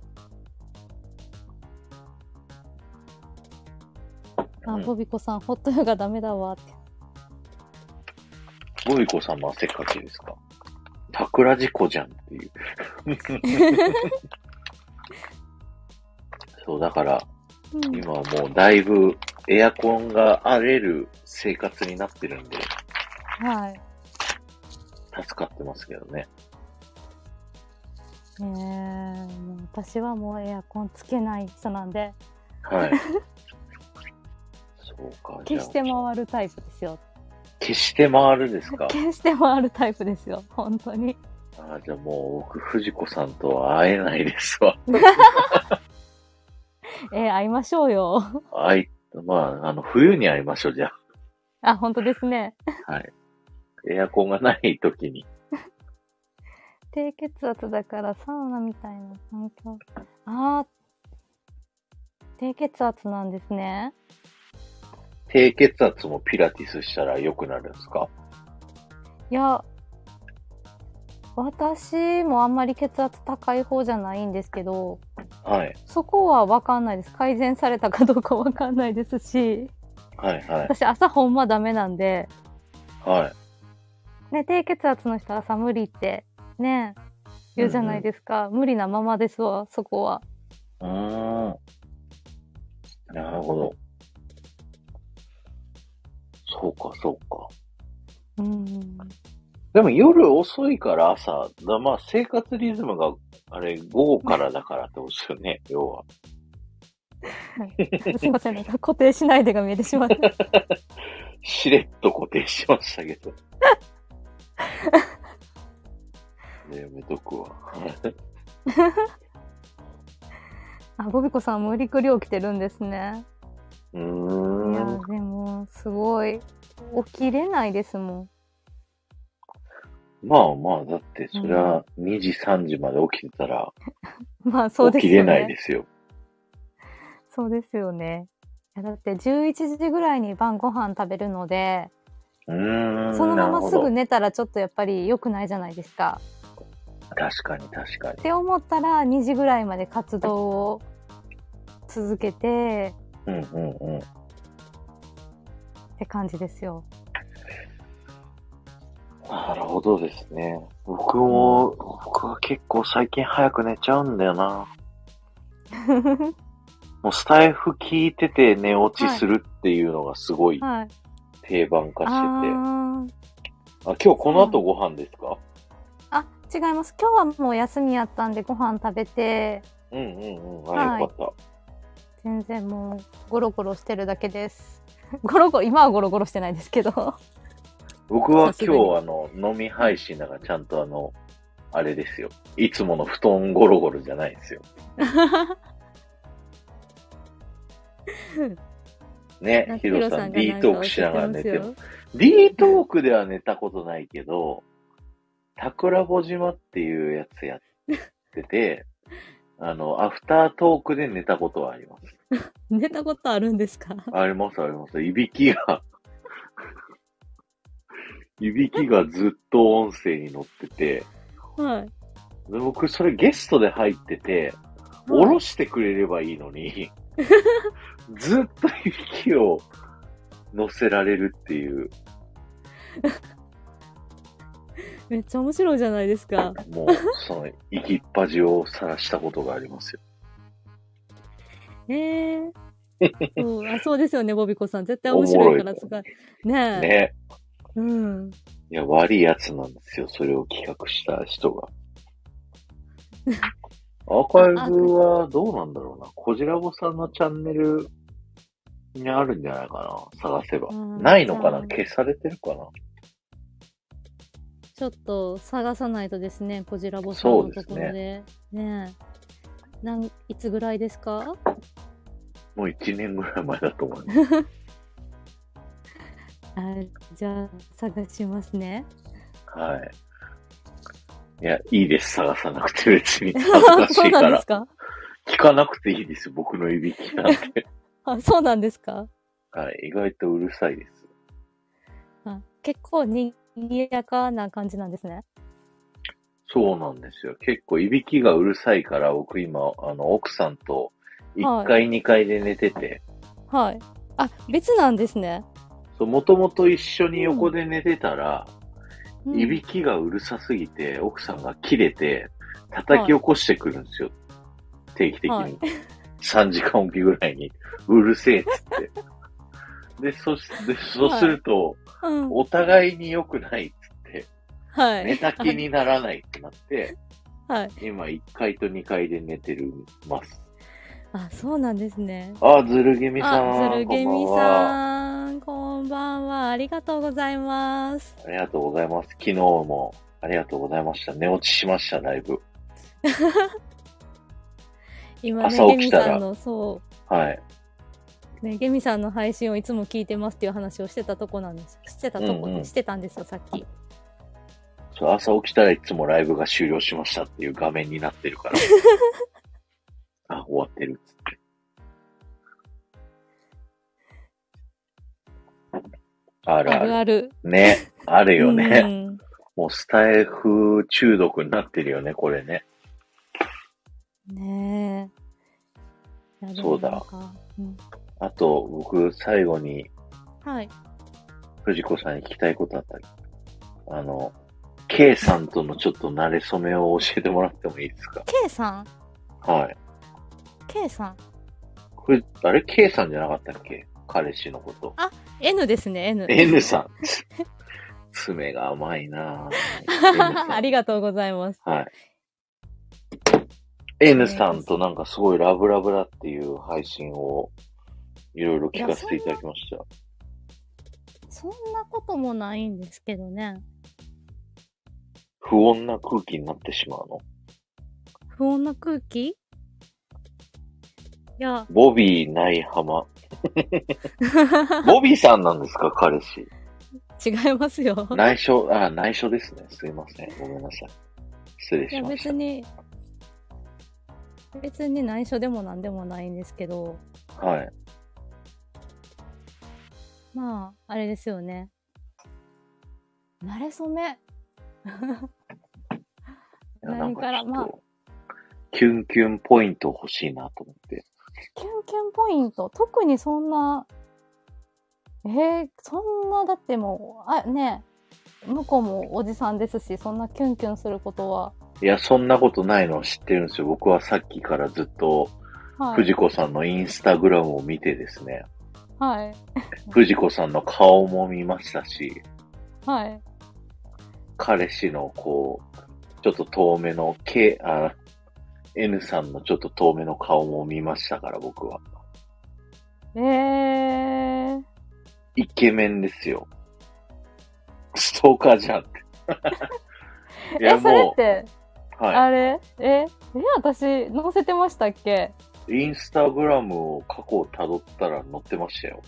Speaker 2: あ
Speaker 1: うん
Speaker 2: ボビコさんホットヨガダメだわって
Speaker 1: ボイコさんも汗っかきですか桜事故じゃんっていう。そう、だから、
Speaker 2: うん
Speaker 1: 今はもうだいぶエアコンが荒れる生活になってるんで、
Speaker 2: はい
Speaker 1: 助かってますけどね。
Speaker 2: えー、もう私はもうエアコンつけない人なんで
Speaker 1: はい。そうか。じゃ
Speaker 2: 消
Speaker 1: あ
Speaker 2: して回るタイプですよ
Speaker 1: 消して回るですか
Speaker 2: 消して回るタイプですよ本当に
Speaker 1: あーじゃあもう僕、藤子さんとは会えないですわ。
Speaker 2: えー、会いましょうよ
Speaker 1: 会い、まあ、あの、冬に会いましょう、じゃ
Speaker 2: あ本当ですね
Speaker 1: あ。はい。エアコンがない時に。
Speaker 2: 低血圧だからサウナみたいな環境あー低血圧なんですね
Speaker 1: 低血圧もピラティスしたら良くなるんですか
Speaker 2: いや私もあんまり血圧高い方じゃないんですけど
Speaker 1: はい。
Speaker 2: そこは分かんないです改善されたかどうか分かんないですし
Speaker 1: はいはい。
Speaker 2: 私朝ほんまダメなんで、
Speaker 1: はい。
Speaker 2: ね、低血圧の人朝無理ってね言うじゃないですか、無理なままですわそこは
Speaker 1: うーん。なるほど。そうか、そうか。
Speaker 2: うん
Speaker 1: でも夜遅いから朝、だまあ生活リズムが、あれ、午後からだからってことですよね、 要は。
Speaker 2: すいませんなんか固定しないでが見えてしまった
Speaker 1: しれっと固定しましたけど。ねやめとくわ。
Speaker 2: あボビコさん無理くり起きてるんですね
Speaker 1: う
Speaker 2: い
Speaker 1: ー
Speaker 2: や
Speaker 1: ん。
Speaker 2: でもすごい起きれないですも
Speaker 1: まあまあ、だって、そりゃ、2時、3時まで起きてたら、
Speaker 2: んまあそうで
Speaker 1: 起
Speaker 2: す
Speaker 1: きれ
Speaker 2: よ
Speaker 1: ない
Speaker 2: ね
Speaker 1: ですよ。
Speaker 2: そうですよねいやだって11時ぐらいに晩ご飯食べるので
Speaker 1: うーん。
Speaker 2: そのま
Speaker 1: なる
Speaker 2: ま
Speaker 1: ほ
Speaker 2: す
Speaker 1: ど
Speaker 2: ぐ寝たらちょっとやっぱり良くないじゃないですか
Speaker 1: 確かに、確か
Speaker 2: って思ったら2時ぐらいまで活動を続けて
Speaker 1: に。うんうんうん。
Speaker 2: って感じですよ。
Speaker 1: なるほどですね。僕も、僕は結構最近早く寝ちゃうんだよ な。もうスタイフ聞いてて寝落ちするっていうのがすごい
Speaker 2: はい。
Speaker 1: 定番化してて。
Speaker 2: あー
Speaker 1: あ今日この後ご飯ですか
Speaker 2: あ違います。今日はもう休みやったんでご飯食べて
Speaker 1: うんうんうん。あ、
Speaker 2: はい
Speaker 1: よかっ
Speaker 2: 全然もうゴロゴロしてるだけです。 ゴロゴロ今はゴロゴロしてないですけ ど。
Speaker 1: た。僕は
Speaker 2: さすがに
Speaker 1: 今日あの、飲み配信だからちゃんとあの、あれですよ。いつもの布団ゴロゴロじゃないですよ。ね、ヒロさん、D トークしながら寝てます。D トークでは寝たことないけど、桜穂島っていうやつやって て、あの、アフタートークで寝たことはあります。
Speaker 2: 寝たことあるんですか。
Speaker 1: あります、あります。いびき が、いびきがずっと音声に乗ってて、
Speaker 2: はい。
Speaker 1: で僕、それゲストで入ってて、下ろしてくれればいいの に、ずっといびきを乗せられるっていう。
Speaker 2: めっちゃ面白いじゃないですか。
Speaker 1: もう、その、生きっ恥を晒したことがありますよ。
Speaker 2: ええ そうあそうですよねボビコさん絶対面白いから使いねえ
Speaker 1: ね。
Speaker 2: う
Speaker 1: い
Speaker 2: ん
Speaker 1: や、悪いやつなんですよ。それを企画した人 が。アーカイブはどうなんだろうな。こじらぼさんのチャンネルにあるんじゃないかな、探せば。
Speaker 2: うん
Speaker 1: ないのかな
Speaker 2: うん
Speaker 1: 消されてるかな
Speaker 2: ちょっと探さないとですね、こじらぼさんのところ
Speaker 1: そう
Speaker 2: で。ねえなんいつぐらいですか
Speaker 1: もう1年ぐらい前だと思います。
Speaker 2: あじゃあ、探します ね。
Speaker 1: はい。いや、いいです、探さなくて別 に。恥ずかし
Speaker 2: そう
Speaker 1: いか
Speaker 2: なんで
Speaker 1: ら
Speaker 2: す。か
Speaker 1: 聞かなくていいです、僕のいびきなんて。
Speaker 2: あそうなんですか
Speaker 1: はい、意外とうるさいです。
Speaker 2: あ結構にぎやかな感じなんですね。
Speaker 1: そうなんですよ。結構いびきがうるさいから、僕今、あの、奥さんと1階、2階で寝てて、
Speaker 2: はい。あ、別なんですね。
Speaker 1: そう、もともと一緒に横で寝てたら、
Speaker 2: うん
Speaker 1: いびきがうるさすぎて、奥さんが切れて、叩き起こしてくるんですよ。定期的
Speaker 2: は
Speaker 1: に
Speaker 2: い。
Speaker 1: 3時間おきぐらいに、うるせえっつって。で、そし、でそうすると、
Speaker 2: うん
Speaker 1: お互いに良くないっつって、
Speaker 2: はい。
Speaker 1: 寝た気にならないってな って、
Speaker 2: はい。
Speaker 1: 今1階と2階で寝てるます。
Speaker 2: あ、そうなんですね。
Speaker 1: あー、ずるゲミさん。
Speaker 2: あ、ずるげみ
Speaker 1: こんばんは。
Speaker 2: さん、こんばんは。ありがとうございます。
Speaker 1: ありがとうございます。昨日もありがとうございました。寝落ちしました、だいぶ。
Speaker 2: 今ね、
Speaker 1: 朝
Speaker 2: げ
Speaker 1: 起き
Speaker 2: み
Speaker 1: たら
Speaker 2: さんの、そ
Speaker 1: はい。
Speaker 2: う、ね、げみさんの配信をいつも聞いてますっていう話をしてたとこなんです。してたとこ、
Speaker 1: うんうん
Speaker 2: してたんですよ、さっき。
Speaker 1: そう朝起きたらいつもライブが終了しましたっていう画面になってるから。あ、終わってるっつって。あるあ
Speaker 2: ある
Speaker 1: る。
Speaker 2: ある。
Speaker 1: ね。あるよね。
Speaker 2: うん
Speaker 1: もうスタイフ中毒になってるよね、これね。
Speaker 2: ねえ。いやでも
Speaker 1: そうだ
Speaker 2: なんかうん
Speaker 1: あと、僕、最後に
Speaker 2: はい。
Speaker 1: 藤子さんに聞きたいことあったり。あの、K さんとのちょっと慣れ初めを教えてもらってもいいですか
Speaker 2: K さん
Speaker 1: はい。
Speaker 2: ?K さん
Speaker 1: これ、あれ ?K さんじゃなかったっけ彼氏のこと。
Speaker 2: ?N ですね、N。
Speaker 1: N さん。爪が甘いなぁ
Speaker 2: ありがとうございます。
Speaker 1: はい。N さんとなんかすごいラブラブだっていう配信をいろいろ聞かせていただきました。
Speaker 2: そんなこともないんですけどね。
Speaker 1: 不穏な空気になってしまうの。
Speaker 2: 不穏な空気いや、
Speaker 1: ボビーない浜。ボビーさんなんですか、彼氏。
Speaker 2: 違いますよ。
Speaker 1: 内緒、あ、内緒ですね。すいません。ごめんなさい。失礼
Speaker 2: い
Speaker 1: し
Speaker 2: や、
Speaker 1: まし
Speaker 2: 別に、別に内緒でも何でもないんですけど、
Speaker 1: た。はい。
Speaker 2: まあ、あれですよね。慣れ初め。
Speaker 1: いやなん
Speaker 2: 何
Speaker 1: か
Speaker 2: から
Speaker 1: ちょっ
Speaker 2: まあ
Speaker 1: と、キュンキュンポイント欲しいなと思って。
Speaker 2: キュンキュンポイント、特にそんな、えー、そんな、だってもう、あ、ねえ、向こうもおじさんですし、そんなキュンキュンすることは、
Speaker 1: いや、そんなことないのを知ってるんですよ。僕はさっきからずっと、
Speaker 2: はい。
Speaker 1: 藤子さんのインスタグラムを見てですね、
Speaker 2: はい。
Speaker 1: 藤子さんの顔も見ましたし、
Speaker 2: はい。
Speaker 1: 彼氏のこう、ちょっと遠目の K、あ、N さんのちょっと遠目の顔も見ましたから、僕は。
Speaker 2: えー、
Speaker 1: イケメンですよ。ストーカーじゃん って。いや、
Speaker 2: え、それ
Speaker 1: も
Speaker 2: っ
Speaker 1: う、
Speaker 2: て、
Speaker 1: は
Speaker 2: あれえ、え、私、載せてましたっけ
Speaker 1: い。インスタグラムを過去を辿ったら載ってましたよ。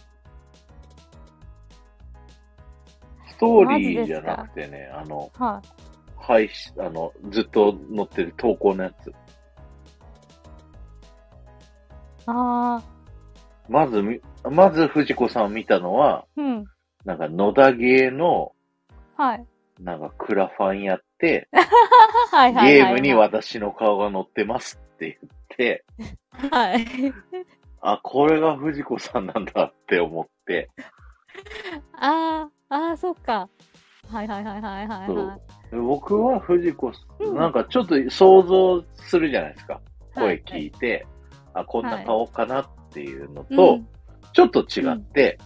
Speaker 1: ストーリーじゃなくてね、あの、
Speaker 2: はい。
Speaker 1: 配信、あの、ずっと載ってる投稿のやつ。
Speaker 2: あ
Speaker 1: まずみ、まず藤子さんを見たのは、
Speaker 2: ー、うん。
Speaker 1: なんか野田芸の、
Speaker 2: はい。
Speaker 1: なんかクラファンやって、
Speaker 2: はいはいはい、はい。
Speaker 1: ゲームに私の顔が載ってますって言って、
Speaker 2: はい。
Speaker 1: あ、これが藤子さんなんだって思って、
Speaker 2: あー、あー、そっか。はいはいはいはいはいはい。
Speaker 1: で僕は藤子さん、
Speaker 2: うん
Speaker 1: なんかちょっと想像するじゃないですか。
Speaker 2: は
Speaker 1: 声
Speaker 2: い
Speaker 1: 聞いて、あ、こんな顔かなっていうのと、
Speaker 2: うん
Speaker 1: ちょっと違って、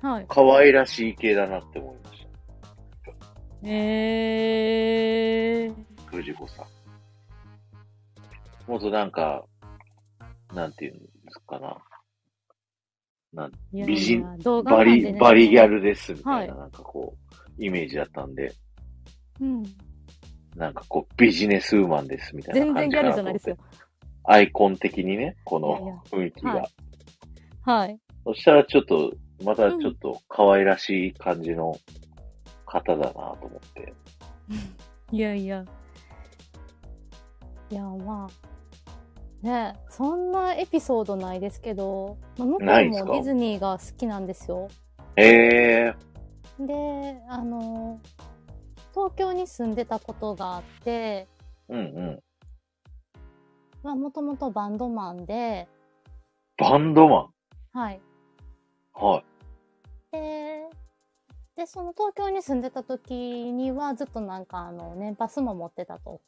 Speaker 2: はい。
Speaker 1: 可愛らしい系だなって思いまし
Speaker 2: えー。
Speaker 1: た。藤子さん。もっとなんか、なんていうんですかな。なん
Speaker 2: いや
Speaker 1: 美人
Speaker 2: いや動画
Speaker 1: バ
Speaker 2: なん
Speaker 1: リ、
Speaker 2: てね
Speaker 1: バリギャルですみたいな、
Speaker 2: は
Speaker 1: なんかこう、イメージだったんで、
Speaker 2: うん。
Speaker 1: なんかこう、ビジネスウーマンですみたいな
Speaker 2: 全
Speaker 1: 感じ
Speaker 2: 然ギ
Speaker 1: か
Speaker 2: ャ
Speaker 1: な
Speaker 2: ル
Speaker 1: と思
Speaker 2: じゃな
Speaker 1: っ
Speaker 2: いです
Speaker 1: て
Speaker 2: よ。。
Speaker 1: アイコン的にね、こ
Speaker 2: いや
Speaker 1: の
Speaker 2: い
Speaker 1: 雰囲気が。
Speaker 2: はいはい。
Speaker 1: そしたらちょっと、またちょっと可愛らしい感じの方だなと思って。
Speaker 2: いやいや。いや、まあ。ねそんなエピソードないですけど、まあ、向こうも
Speaker 1: な
Speaker 2: デ
Speaker 1: いですか
Speaker 2: ィズニーが好きなんですよ。
Speaker 1: え
Speaker 2: で、あの、東京に住んでたことがあって、
Speaker 1: ー、うんうん。
Speaker 2: まあ、もともとバンドマンで、
Speaker 1: バンドマン。
Speaker 2: はい。
Speaker 1: はい。
Speaker 2: で、で、その東京に住んでた時にはずっとなんかあの、年パスも持ってたと。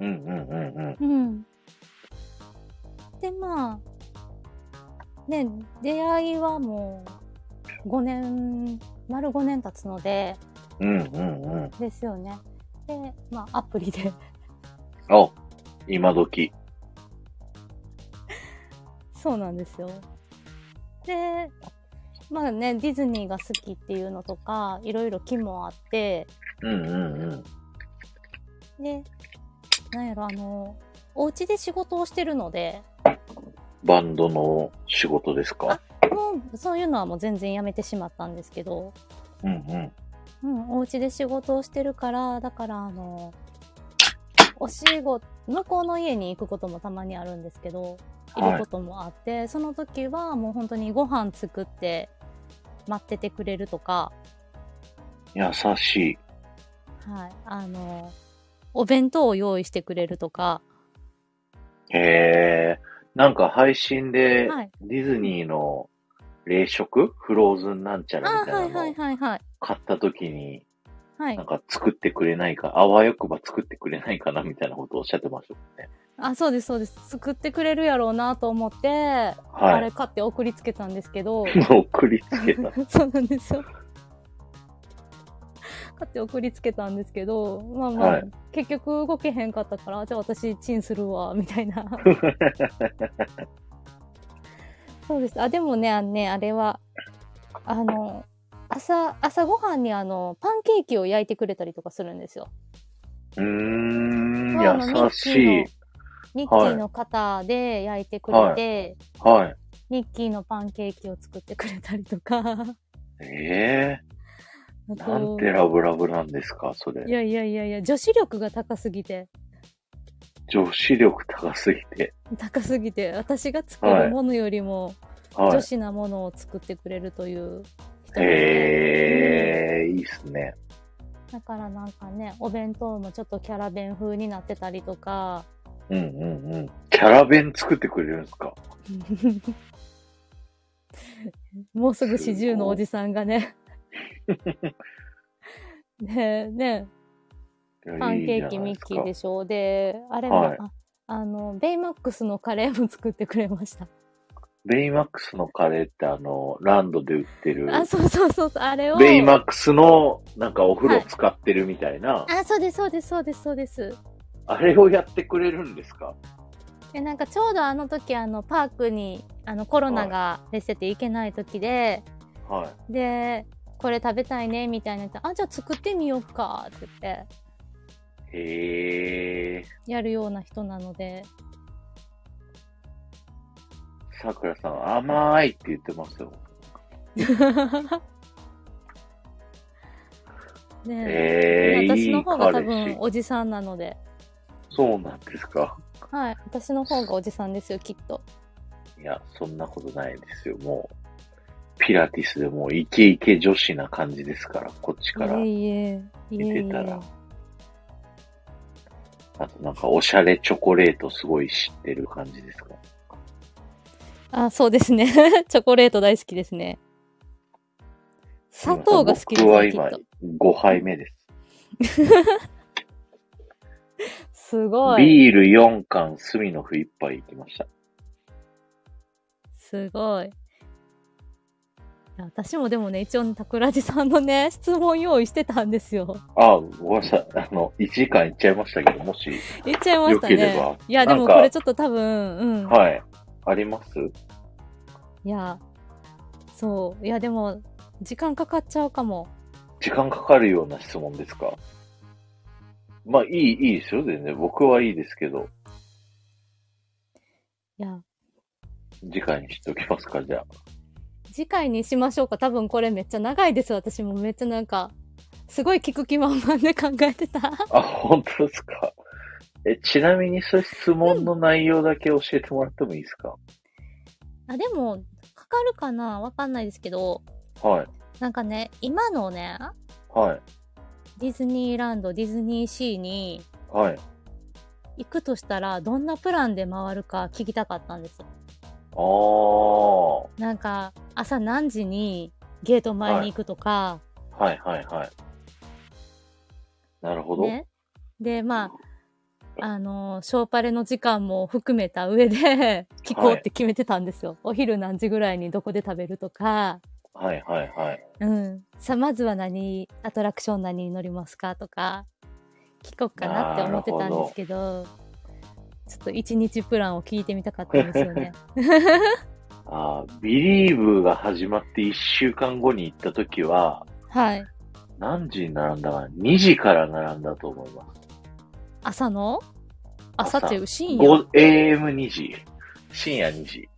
Speaker 1: うんうんうんうん。
Speaker 2: うん。で、まあ、ね、出会いはもう5年、丸5年経つので、
Speaker 1: うんうんうん。
Speaker 2: ですよね。で、まあ、アプリで。
Speaker 1: あ、今時。
Speaker 2: そうなんですよ。で、まあね、ディズニーが好きっていうのとか、いろいろ気もあって、
Speaker 1: うんうんうん。
Speaker 2: で、なんやろ、あの、お家で仕事をしてるので、
Speaker 1: バンドの仕事ですか
Speaker 2: もうそういうのはもう全然やめてしまったんですけど、
Speaker 1: うんうん。
Speaker 2: うん、お家で仕事をしてるから、だからあの、お仕事、向こうの家に行くこともたまにあるんですけど、い
Speaker 1: はい
Speaker 2: ることもあって、その時はもう本当にご飯作って待っててくれるとか、
Speaker 1: 優しい。
Speaker 2: はい、あの、お弁当を用意してくれるとか、
Speaker 1: へえ。なんか配信で
Speaker 2: はい、
Speaker 1: ディズニーの冷食、フローズンなんちゃ
Speaker 2: あ
Speaker 1: らみ
Speaker 2: ー
Speaker 1: た
Speaker 2: はいい
Speaker 1: な
Speaker 2: は
Speaker 1: のを
Speaker 2: いはいはい。
Speaker 1: 買った時に、
Speaker 2: はい
Speaker 1: なん。か作ってくれないか、あわよくば作ってくれないかなみたいなことをおっしゃってましたもんね。
Speaker 2: あ、そうですそうです。作ってくれるやろうなと思って、あ
Speaker 1: は
Speaker 2: れ買って送りつけたんですけど、
Speaker 1: い。送りつけた。
Speaker 2: そうなんですよ。 買って送りつけたんですけど、まあまあ、
Speaker 1: はい
Speaker 2: 結局動けへんかったから、じゃあ私チンするわ、みた いな。そうです。あ、でもね、あのね、あれは、あの、朝、朝ごはんにあの、パンケーキを焼いてくれたりとかするんですよ。
Speaker 1: うーん、
Speaker 2: まああの
Speaker 1: 優しい。
Speaker 2: ニッキーの方で焼いてくれて、
Speaker 1: はい。
Speaker 2: ニッキーのパンケーキを作ってくれたりとか。
Speaker 1: ええ
Speaker 2: あ
Speaker 1: ー、
Speaker 2: と
Speaker 1: なんてラブラブなんですか、そ
Speaker 2: い
Speaker 1: れ。
Speaker 2: やいやいやいや、女子力が高すぎて、
Speaker 1: 女子力高すぎて。
Speaker 2: 高すぎて、私が作るものよりも、
Speaker 1: は
Speaker 2: 女
Speaker 1: い。
Speaker 2: 子なものを作ってくれるという人なので
Speaker 1: ええー、いいっすね。
Speaker 2: だからなんかね、お弁当もちょっとキャラ弁風になってたりとか、
Speaker 1: うんうんうん。キャラ弁作ってくれるんですか
Speaker 2: もうすぐ四十のおじさんがね。ねえ、ね
Speaker 1: いや
Speaker 2: え、パンケーキ
Speaker 1: いいじゃない
Speaker 2: ミッ
Speaker 1: すか
Speaker 2: キーでしょう。で、あれも、
Speaker 1: はい
Speaker 2: ああの、ベイマックスのカレーも作ってくれました。
Speaker 1: ベイマックスのカレーってあの、ランドで売ってる。
Speaker 2: あ、そうそうそうそう、あれを。
Speaker 1: ベイマックスのなんかお風呂使ってるみたいな、
Speaker 2: あ、そうです、そうです、そうです、そうです。
Speaker 1: あれをやってくれるんですか
Speaker 2: で、なんかちょうどあの時、あの、パークに、あの、コロナが出てて行けない時で、
Speaker 1: は
Speaker 2: で、これ食べたいね、みたいな人、あ、じゃあ作ってみようか、って言って。
Speaker 1: い。へえ。
Speaker 2: やるような人なので、
Speaker 1: さくらさん、甘いって言ってますよ。
Speaker 2: ね
Speaker 1: ええー、
Speaker 2: 私
Speaker 1: い
Speaker 2: の
Speaker 1: い
Speaker 2: 方が多
Speaker 1: 彼
Speaker 2: 分
Speaker 1: 氏。
Speaker 2: おじさんなので、
Speaker 1: そうなんですか。
Speaker 2: はい、私の方がおじさんですよ、きっと。
Speaker 1: いや、そんなことないですよ。もう、ピラティスでもうイケイケ女子な感じですから、こっちから。
Speaker 2: いえいえ、いえい
Speaker 1: 見てたら
Speaker 2: え。
Speaker 1: あとなんか、おしゃれチョコレートすごい知ってる感じですか。
Speaker 2: あ、そうですね。 チョコレート大好きですね。砂糖が好きです
Speaker 1: 僕は
Speaker 2: ね、きっ
Speaker 1: 今
Speaker 2: と。、
Speaker 1: 5杯目です。
Speaker 2: すごい。
Speaker 1: ビール4缶、スミノフ1杯いきました。
Speaker 2: すごい。いや私もでもね、一応ね、桜地さんのね、質問用意してたんですよ。
Speaker 1: あ、ごめんなさい。あの、1時間いっちゃいましたけど、もし、
Speaker 2: 言っちゃいました
Speaker 1: よければ
Speaker 2: ね。いや、で
Speaker 1: なん
Speaker 2: もこ
Speaker 1: か
Speaker 2: れちょっと多分、うん。
Speaker 1: はい。あります
Speaker 2: いや、そう。いや、でも、時間かかっちゃうかも。
Speaker 1: 時間かかるような質問ですかまあ、いい、いいですよ、全然。僕はいいですけど、
Speaker 2: いや、
Speaker 1: 次回にしておきますか、じゃあ。
Speaker 2: 次回にしましょうか。多分これめっちゃ長いです。私もめっちゃなんか、すごい聞く気満々で考えてた。
Speaker 1: あ、本当ですか。え、ちなみに、そういう質問の内容だけ教えてもらってもいいですか、
Speaker 2: あ、でも、かかるかなわかんないですけど、
Speaker 1: はい。
Speaker 2: なんかね、今のね、
Speaker 1: はい。
Speaker 2: ディズニーランド、ディズニーシーに
Speaker 1: はい。
Speaker 2: 行くとしたら、どんなプランで回るか聞きたかったんです。
Speaker 1: ああ。は
Speaker 2: なんか、朝何時にゲート前に行くとか、
Speaker 1: い、はい、はい。なるほど。
Speaker 2: ね。で、まあ、あの、ショーパレの時間も含めた上で 聞こうって決めてたんですよ。お昼何時ぐらいにどこで食べるとか、
Speaker 1: はい、はい、はい。
Speaker 2: うん。さあ、まずは何、アトラクション何に乗りますかとか、聞こうかなって思ってたんですけど、ちょっと一日プランを聞いてみたかったんですよね。
Speaker 1: ああ、ビリーブが始まって1週間後に行った時は、
Speaker 2: はい。
Speaker 1: 何時に並んだかな ?2 時から並んだと思います。
Speaker 2: 朝の朝っていう深夜。
Speaker 1: 5 AM2 時。深夜2時。い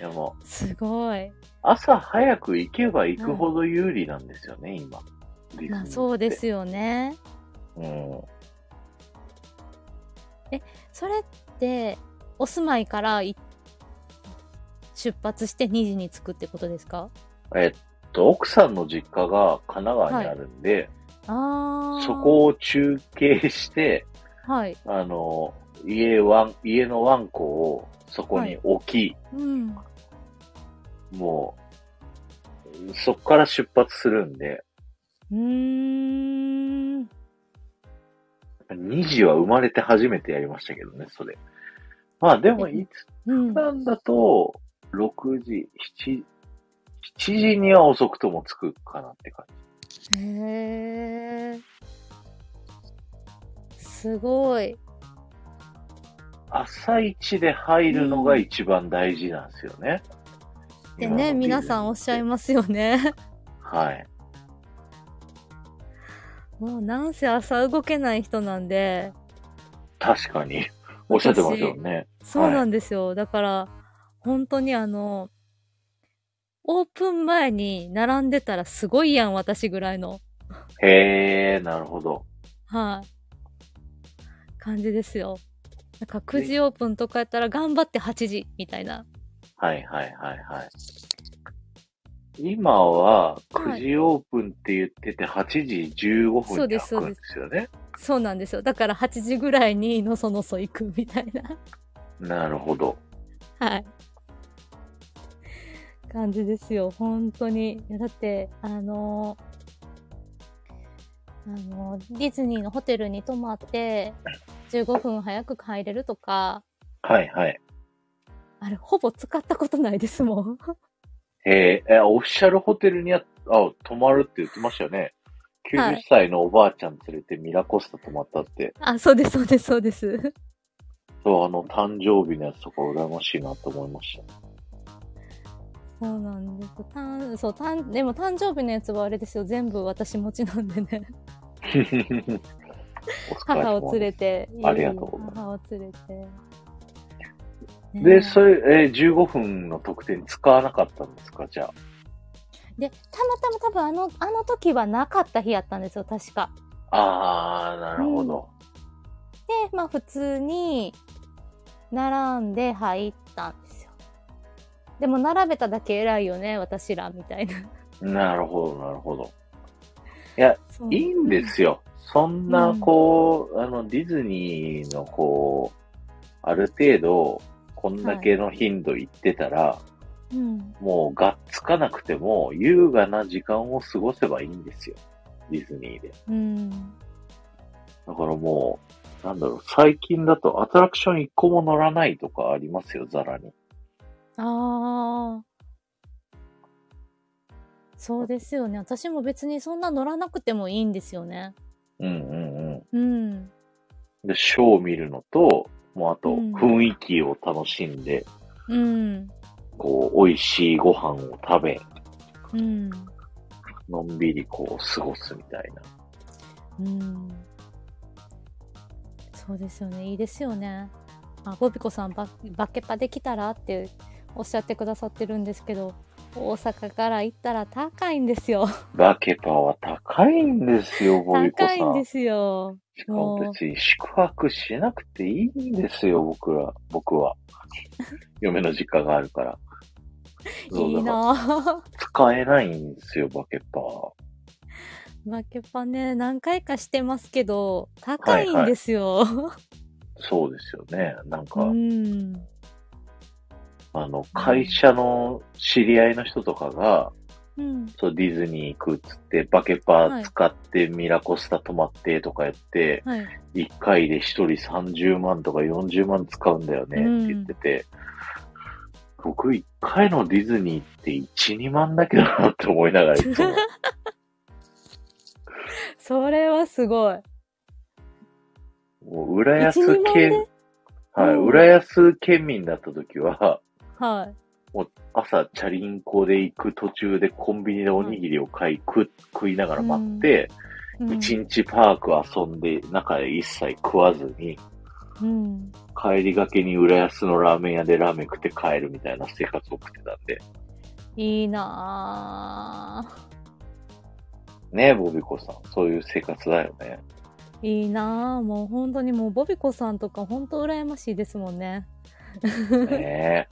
Speaker 1: やもう、
Speaker 2: すごい。
Speaker 1: 朝早く行けば行くほど有利なんですよね、今。ディズニーっ
Speaker 2: まあ
Speaker 1: て
Speaker 2: そうで。すよね。
Speaker 1: うん。
Speaker 2: それってお住まいからい出発して2時に着くってことですか
Speaker 1: えっと、奥さんの実家が神奈川にあるんで、
Speaker 2: ああ
Speaker 1: そこを中継して、
Speaker 2: はい
Speaker 1: あの、家ワン、家のワンコをそこに置き、
Speaker 2: うん
Speaker 1: もう、そこから出発するんで、
Speaker 2: うーん
Speaker 1: 2時は生まれて初めてやりましたけどね、それ。まあでも、いつ
Speaker 2: うん
Speaker 1: なんだと、6時、7、7時には遅くとも着くかなって感じ。
Speaker 2: へえすごい
Speaker 1: 朝一で入るのが一番大事なんですよね。
Speaker 2: でね皆さんおっしゃい
Speaker 1: ま
Speaker 2: ますよね
Speaker 1: す。はい。
Speaker 2: もうなんせ朝動けない人なんで
Speaker 1: 確かに。おっしゃってますよね。
Speaker 2: そうなんですよ、だから本当にあのオープン前に並んでたらすごいやん私ぐらいの
Speaker 1: へえ、なるほど。
Speaker 2: はい、感じですよ。なんか9時オープンとかやったら頑張って8時みたいな。
Speaker 1: はいはいはいはい。今は9時オープンって言ってて8時15
Speaker 2: そう
Speaker 1: 分に
Speaker 2: で
Speaker 1: 開
Speaker 2: すそう
Speaker 1: くん
Speaker 2: で
Speaker 1: ですすよね。
Speaker 2: そうなんですよ。だから8時ぐらいにのそのそ行くみたいな。
Speaker 1: なるほど。
Speaker 2: はい。感じですよ。本当に。いやだって、あのーあのーディズニーのホテルに泊まって、15分早く入れるとか、
Speaker 1: はいはい。
Speaker 2: あれ、ほぼ使ったことないですもん。
Speaker 1: えーえ、オフィシャルホテルにあ、あ泊まるって言ってましたよね。
Speaker 2: は
Speaker 1: 90
Speaker 2: い
Speaker 1: 歳のおばあちゃん連れてミラコスタ泊まったって、
Speaker 2: あ、そうです、そうです、そうです。
Speaker 1: そう、あの、誕生日のやつとか羨ましいなと思いま した。
Speaker 2: そうなんです。たんそうたんでも誕生日のやつはあれですよ。全部私持ちなんでね。
Speaker 1: お疲れ様です
Speaker 2: 母を連れて。
Speaker 1: ありがとうございます
Speaker 2: 母を連れて。ねえ
Speaker 1: で、それ、えー15分の特典使わなかったんですかじゃ
Speaker 2: でたまたま多分あのあの時はなかった日やったんですよ確か。
Speaker 1: あ。あー、なるほど。
Speaker 2: でまあ普通に並んで入ったんですよ。でも並べただけ偉いよね私らみたいな。
Speaker 1: なるほど、なるほど。
Speaker 2: そう
Speaker 1: いいんですよ。そんな、こう、あの、ディズニーの、こう、ある程度、こんだけの頻度行ってたら、
Speaker 2: うん。
Speaker 1: もう、がっつかなくても、優雅な時間を過ごせばいいんですよ。ディズニーで。
Speaker 2: うん。
Speaker 1: だからもう、なんだろう、最近だとアトラクション一個も乗らないとかありますよ、ザラに。
Speaker 2: ああ。そうですよね。私も別にそんな乗らなくてもいいんですよね。
Speaker 1: うんうんう
Speaker 2: うん。
Speaker 1: ん。で、ショーを見るのと、もうあと、
Speaker 2: うん
Speaker 1: 雰囲気を楽しんで、
Speaker 2: うん。
Speaker 1: こう、美味しいご飯を食べ、
Speaker 2: うん。
Speaker 1: のんびりこう、過ごすみたいな。
Speaker 2: うん。そうですよね。いいですよね。あ、ボビコさん、ババケパできたらっておっしゃってくださってるんですけど、大阪から行ったら高いんですよ。
Speaker 1: バケパは高いんですよ、ボビコさん。
Speaker 2: 高いんですよ。
Speaker 1: しかも別に宿泊しなくていいんですよ、僕ら、僕 は。嫁の実家があるから。そう
Speaker 2: い
Speaker 1: だ
Speaker 2: い
Speaker 1: から
Speaker 2: なぁ。
Speaker 1: 使えないんですよ、バケパは。
Speaker 2: バケパね、何回かしてますけど、高いんですよ。
Speaker 1: そうですよね。なんか、
Speaker 2: うん。
Speaker 1: あの、会社の知り合いの人とかが、
Speaker 2: うん。
Speaker 1: そう、ディズニー行くっつって、バケパ使ってミラコスタ泊まってとかやって、
Speaker 2: はい。
Speaker 1: 一1回で1人30万とか40万使うんだよねって言ってて、僕1回のディズニーって1、2万だけどなって思いながらい つも。
Speaker 2: それはすごい。
Speaker 1: もう浦安
Speaker 2: 1-2万
Speaker 1: 県
Speaker 2: で、
Speaker 1: はい、
Speaker 2: うん
Speaker 1: 浦安県民だった時は、
Speaker 2: はい。
Speaker 1: 朝チャリンコで行く途中でコンビニでおにぎりを買い、食食いながら待って、
Speaker 2: うん
Speaker 1: 一、日パーク遊んで中で一切食わずに、
Speaker 2: うん。
Speaker 1: 帰りがけに浦安のラーメン屋でラーメン食って帰るみたいな生活を送ってたんで。
Speaker 2: いいなぁ。
Speaker 1: ねえ、ボビコさん。そういう生活だよ ね。
Speaker 2: いいなぁ。もう本当にもう、ボビコさんとか本当羨ましいですもんね。
Speaker 1: ね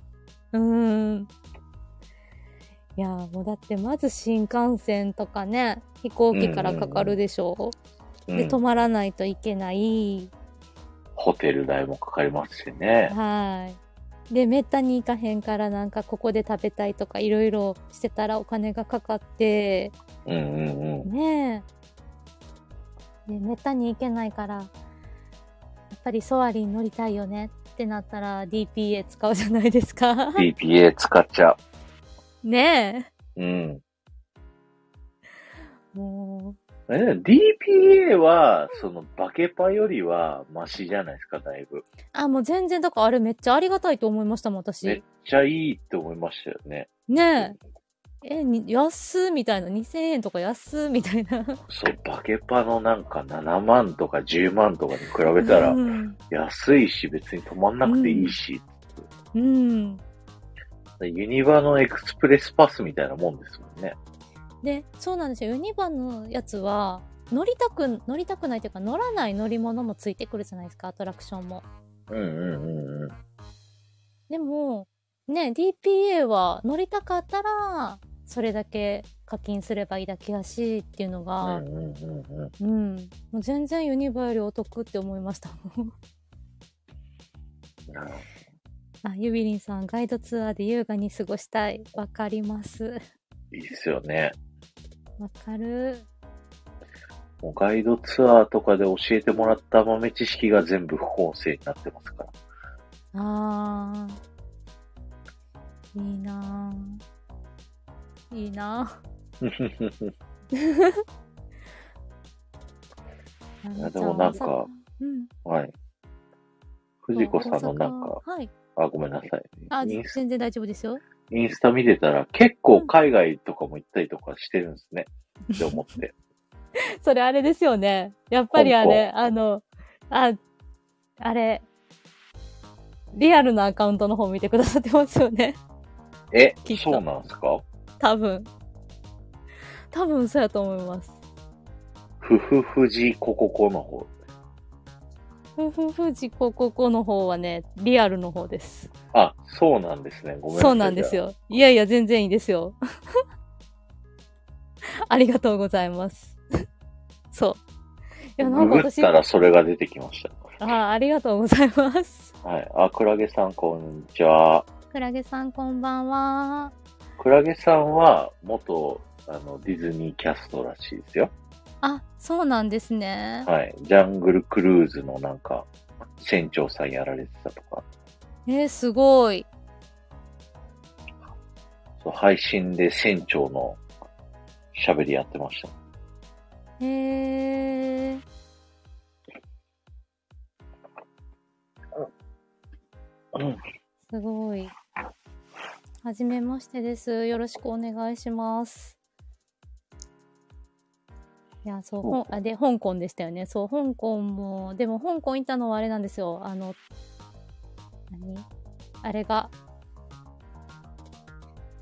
Speaker 1: え。
Speaker 2: うーん。いやーもうだってまず新幹線とかね、飛行機からかかるでしょ
Speaker 1: う
Speaker 2: で、
Speaker 1: ん
Speaker 2: 泊、まらないといけない。
Speaker 1: ホテル代もかかりますしね。
Speaker 2: はい。で、めったに行かへんからなんかここで食べたいとかいろいろしてたらお金がかかって、
Speaker 1: うんうん うん。
Speaker 2: ねえ。で、めったに行けないから、やっぱりソアリン乗りたいよねってなったら DPA 使うじゃないです か。
Speaker 1: BPA 使っちゃ
Speaker 2: ね
Speaker 1: う。うん。
Speaker 2: え。も
Speaker 1: あれだよ DPA は、その、バケパよりは、マシじゃないですか、だいぶ。
Speaker 2: う、あ、もう全然、だからあれめっちゃありがたいと思いましたも
Speaker 1: め
Speaker 2: ん、
Speaker 1: っ
Speaker 2: 私。
Speaker 1: ちゃいいって思いましたよね。
Speaker 2: ねえ。え、に安っみたいな、2000円とか安っみたいな。
Speaker 1: そう、バケパのなんか7万とか10万とかに比べたら
Speaker 2: う、ん。
Speaker 1: 安いし、別に止まんなくていいし、
Speaker 2: うん
Speaker 1: ユニバのエクスプレスパスみたいなもんですもんね。
Speaker 2: で、そうなんですよ。ユニバのやつは、乗りたく、乗りたくないというか、乗らない乗り物もついてくるじゃないですか、アトラクションも。
Speaker 1: うんうんうんうん。
Speaker 2: でも、ね、DPA は乗りたかったら、それだけ課金すればいいだけやしっていうの
Speaker 1: う
Speaker 2: が、
Speaker 1: んうんうんうん。
Speaker 2: うん、もう全然ユニバよりお得って思いました。
Speaker 1: なるほど
Speaker 2: あ、ゆびりんさん、ガイドツアーで優雅に過ごしたい。わかります。
Speaker 1: いいっすよね。
Speaker 2: わかる。
Speaker 1: もうガイドツアーとかで教えてもらった豆知識が全部副音声になってますから。
Speaker 2: あー。いいなぁ。いいな ぁ。
Speaker 1: いやでもなんか、
Speaker 2: うん。
Speaker 1: はい。藤子さんのなん
Speaker 2: 大
Speaker 1: か、
Speaker 2: 阪はい。
Speaker 1: あ、ごめんなさい。
Speaker 2: あ、
Speaker 1: インス
Speaker 2: 全然大丈夫ですよ。
Speaker 1: インスタ見てたら、結構海外とかも行ったりとかしてるんです ね。って思って。
Speaker 2: それあれですよね。やっぱりあれ、あの、あ、あれ、リアルなアカウントの方見てくださってますよね。
Speaker 1: え
Speaker 2: き、っと
Speaker 1: そうなんですか
Speaker 2: 多分。多分そうやと思います。
Speaker 1: ふふふじこここの方。
Speaker 2: ふふふじこここの方はね、リアルの方です。
Speaker 1: あ、そうなんですね。ごめんなさい。
Speaker 2: そうなんですよ。いやいや、全然いいですよ。 ありがとうございます。 そう。い
Speaker 1: じゃ
Speaker 2: や、
Speaker 1: あ。
Speaker 2: なんか
Speaker 1: ググっ
Speaker 2: 私、
Speaker 1: た
Speaker 2: あ
Speaker 1: らそれが出てきまし
Speaker 2: ーありがとうございます。
Speaker 1: た。はい。あ、クラゲさん、こんにちは。
Speaker 2: クラゲさんこんばんは。
Speaker 1: クラゲさんは、元、あの、ディズニーキャストらしいですよ。
Speaker 2: あ、そうなんですね。
Speaker 1: はい。ジャングルクルーズのなんか、船長さんやられてたとか、
Speaker 2: えーすごい。
Speaker 1: そう配信で船長の喋りやってました。
Speaker 2: へえー。
Speaker 1: うん
Speaker 2: すごい。はじめましてです。よろしくお願いします。いや、そう、ほんあで、香港でしたよね。そう、香港も、でも香港行ったのはあれなんですよ。あの、何あれが、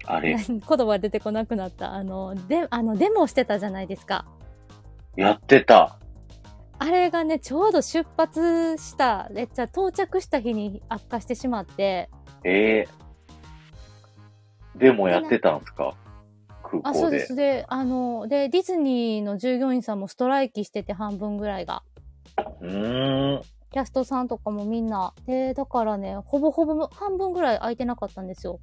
Speaker 1: あれ、
Speaker 2: 言葉出てこなくなった。あの、で、あの、デモしてたじゃないですか。
Speaker 1: やってた。
Speaker 2: あれがね、ちょうど出発した、えじゃあ到着した日に悪化してしまって、
Speaker 1: ええでもやってたんですか空
Speaker 2: あ、そ
Speaker 1: 港
Speaker 2: うで。。
Speaker 1: です
Speaker 2: で、あの、で、ディズニーの従業員さんもストライキしてて、半分ぐらいが。
Speaker 1: うーん。
Speaker 2: キャストさんとかもみんな。で、だからね、ほぼほぼ半分ぐらい空いてなかったんですよ。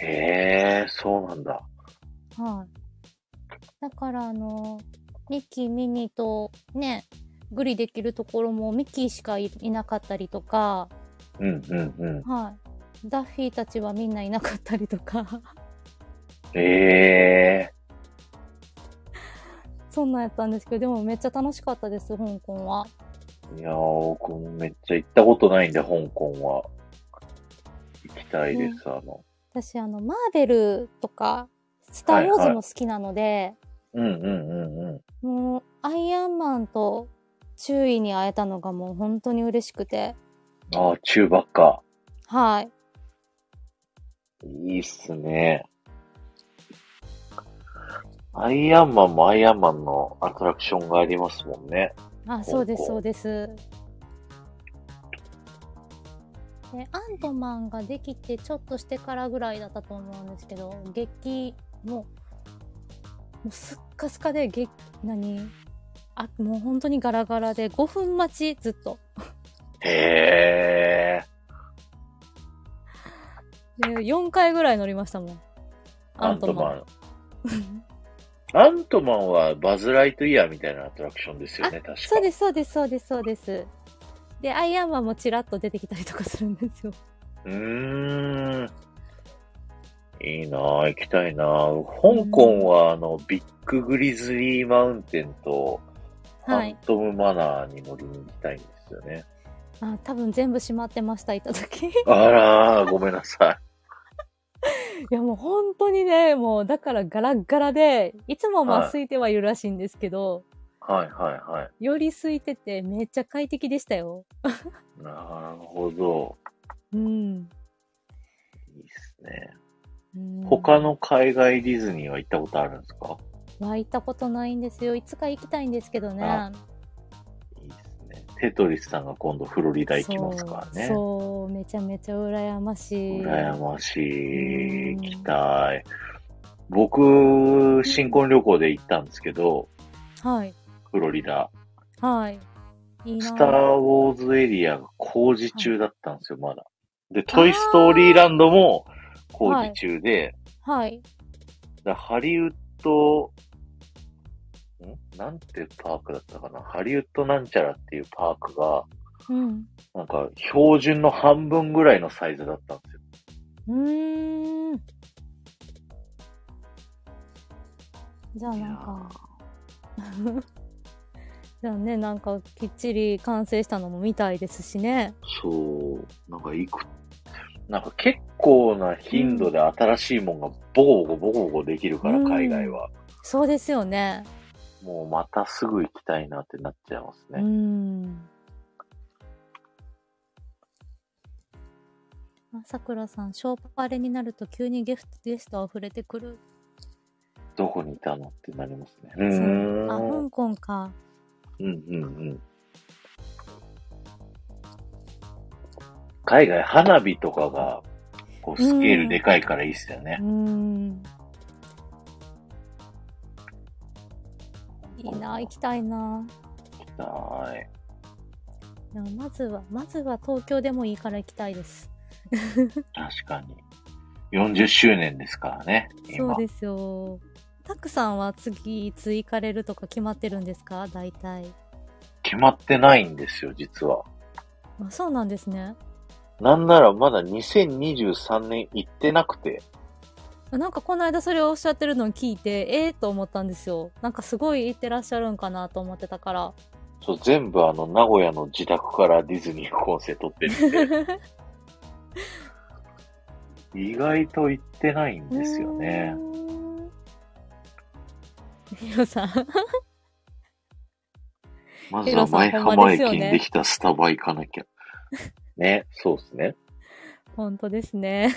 Speaker 1: ええそうなんだ。
Speaker 2: はい。だから、あの、ミッキー、ミニーとね、グリできるところもミッキーしかいいなかったりとか、
Speaker 1: うんうんうん。
Speaker 2: はい。ダッフィーたちはみんないなかったりとか、
Speaker 1: ええ
Speaker 2: そんなんやったんですけど、でもめっちゃ楽しかったです、香港は。
Speaker 1: いやー、僕もめっちゃ行ったことないんで、香港は。行きたいです、あの。
Speaker 2: 私、あの、マーベルとか、スター・ウォー
Speaker 1: はい
Speaker 2: ズ
Speaker 1: はい
Speaker 2: も好きなので、
Speaker 1: うんうんうんうん。
Speaker 2: もう、アイアンマンと周囲に会えたのがもう本当に嬉しくて、
Speaker 1: ああ、中ばっか。
Speaker 2: はい。
Speaker 1: いいっすね。アイアンマンもアイアンマンのアトラクションがありますもんね。
Speaker 2: あ、そうです、そうです。で、アントマンができてちょっとしてからぐらいだったと思うんですけど、劇、もう、もうすっかすかで、劇、何あ、もう本当にガラガラで5分待ち、ずっと。
Speaker 1: へえ。
Speaker 2: で、4回ぐらい乗りましたもん。
Speaker 1: アントマ
Speaker 2: ン。
Speaker 1: ン。アントマンはバズ・ライトイヤーみたいなアトラクションですよね、確か。
Speaker 2: そうです、そうです、そうです、そうです。で、アイアンマンもちらっと出てきたりとかするんですよ。
Speaker 1: うーん。いいなぁ、行きたいなぁ。香港は、あの、ビッググリズリーマウンテンと、フ
Speaker 2: は
Speaker 1: ァン
Speaker 2: い。
Speaker 1: トムマナーに乗りに行きたいんですよね。
Speaker 2: あ、多分全部閉まってました、いた時。い
Speaker 1: あらー、ごめんな さい。
Speaker 2: や、もう本当にね、もうだからガラッガラで、いつもま
Speaker 1: はい
Speaker 2: あ空いてはいるらしいんですけど、
Speaker 1: はいはいはい。
Speaker 2: より空いててめっちゃ快適でしたよ。
Speaker 1: なるほど。
Speaker 2: うん。
Speaker 1: いいっすね。
Speaker 2: うん
Speaker 1: 他の海外ディズニーは行ったことあるんですか
Speaker 2: は行ったことないんですよ。いつか行きたいんですけどね。
Speaker 1: あいいっすね。テトリスさんが今度フロリダ行きますからね。
Speaker 2: そう、そうめちゃめちゃ羨ましい。
Speaker 1: 羨ましい。
Speaker 2: うん
Speaker 1: 行きたい。僕、新婚旅行で行ったんですけど、
Speaker 2: はい。
Speaker 1: フロリダ。
Speaker 2: はい。いいなぁ
Speaker 1: スター・ウォーズエリアが工事中だったんですよ、まだ。で、トイ・ストーリーランドも工事中で、
Speaker 2: はい。
Speaker 1: だハリウッド、んなんてパークだったかなハリウッドなんちゃらっていうパークが、
Speaker 2: うん。
Speaker 1: なんか標準の半分ぐらいのサイズだったんですよ。
Speaker 2: うーん。じゃあなんか。じゃあね、なんかきっちり完成したのも見たいですしね。
Speaker 1: そう、なんかいく、なんか結構な頻度で新しいもんがボコボコボコボコできるから、
Speaker 2: うん
Speaker 1: 海外は。
Speaker 2: そうですよね。
Speaker 1: もうまたすぐ行きたいなってなっちゃいます
Speaker 2: うー
Speaker 1: ね。
Speaker 2: ん。あさくらさん、ショーパレになると急にゲフトゲスト溢れてくる。
Speaker 1: どこにいたのってなりますね。う
Speaker 2: そ
Speaker 1: ー。
Speaker 2: うんあ、香港か。
Speaker 1: うんうんうん。海外、花火とかが、こう、スケールでかいからいいっすよね
Speaker 2: うー。ん。いいな、行きたいな。
Speaker 1: はい。
Speaker 2: でもまずは、まずは東京でもいいから行きたいです。
Speaker 1: 確かに。40周年ですからね、
Speaker 2: そ
Speaker 1: 今
Speaker 2: う。ですよ。たくさんは次、いつ行かれるとか決まってるんですか大体。
Speaker 1: 決まってないんですよ、実は。
Speaker 2: あ、そうなんですね。
Speaker 1: なんならまだ2023年行ってなくて、
Speaker 2: なんかこの間それをおっしゃってるのを聞いて、ええと思ったんですよ。なんかすごい行ってらっしゃるんかなと思ってたから。
Speaker 1: そう全部あの、名古屋の自宅からディズニー構成撮ってるんで、意外と行ってないんですよね。
Speaker 2: うーん。ヒロさん。
Speaker 1: ま
Speaker 2: ヒ
Speaker 1: ず
Speaker 2: ロ
Speaker 1: は
Speaker 2: さん
Speaker 1: 舞
Speaker 2: ほんま
Speaker 1: 浜
Speaker 2: で
Speaker 1: 駅
Speaker 2: すよね
Speaker 1: にできたスタバ行かなきゃ。ね、そうですね。
Speaker 2: 本当ですね。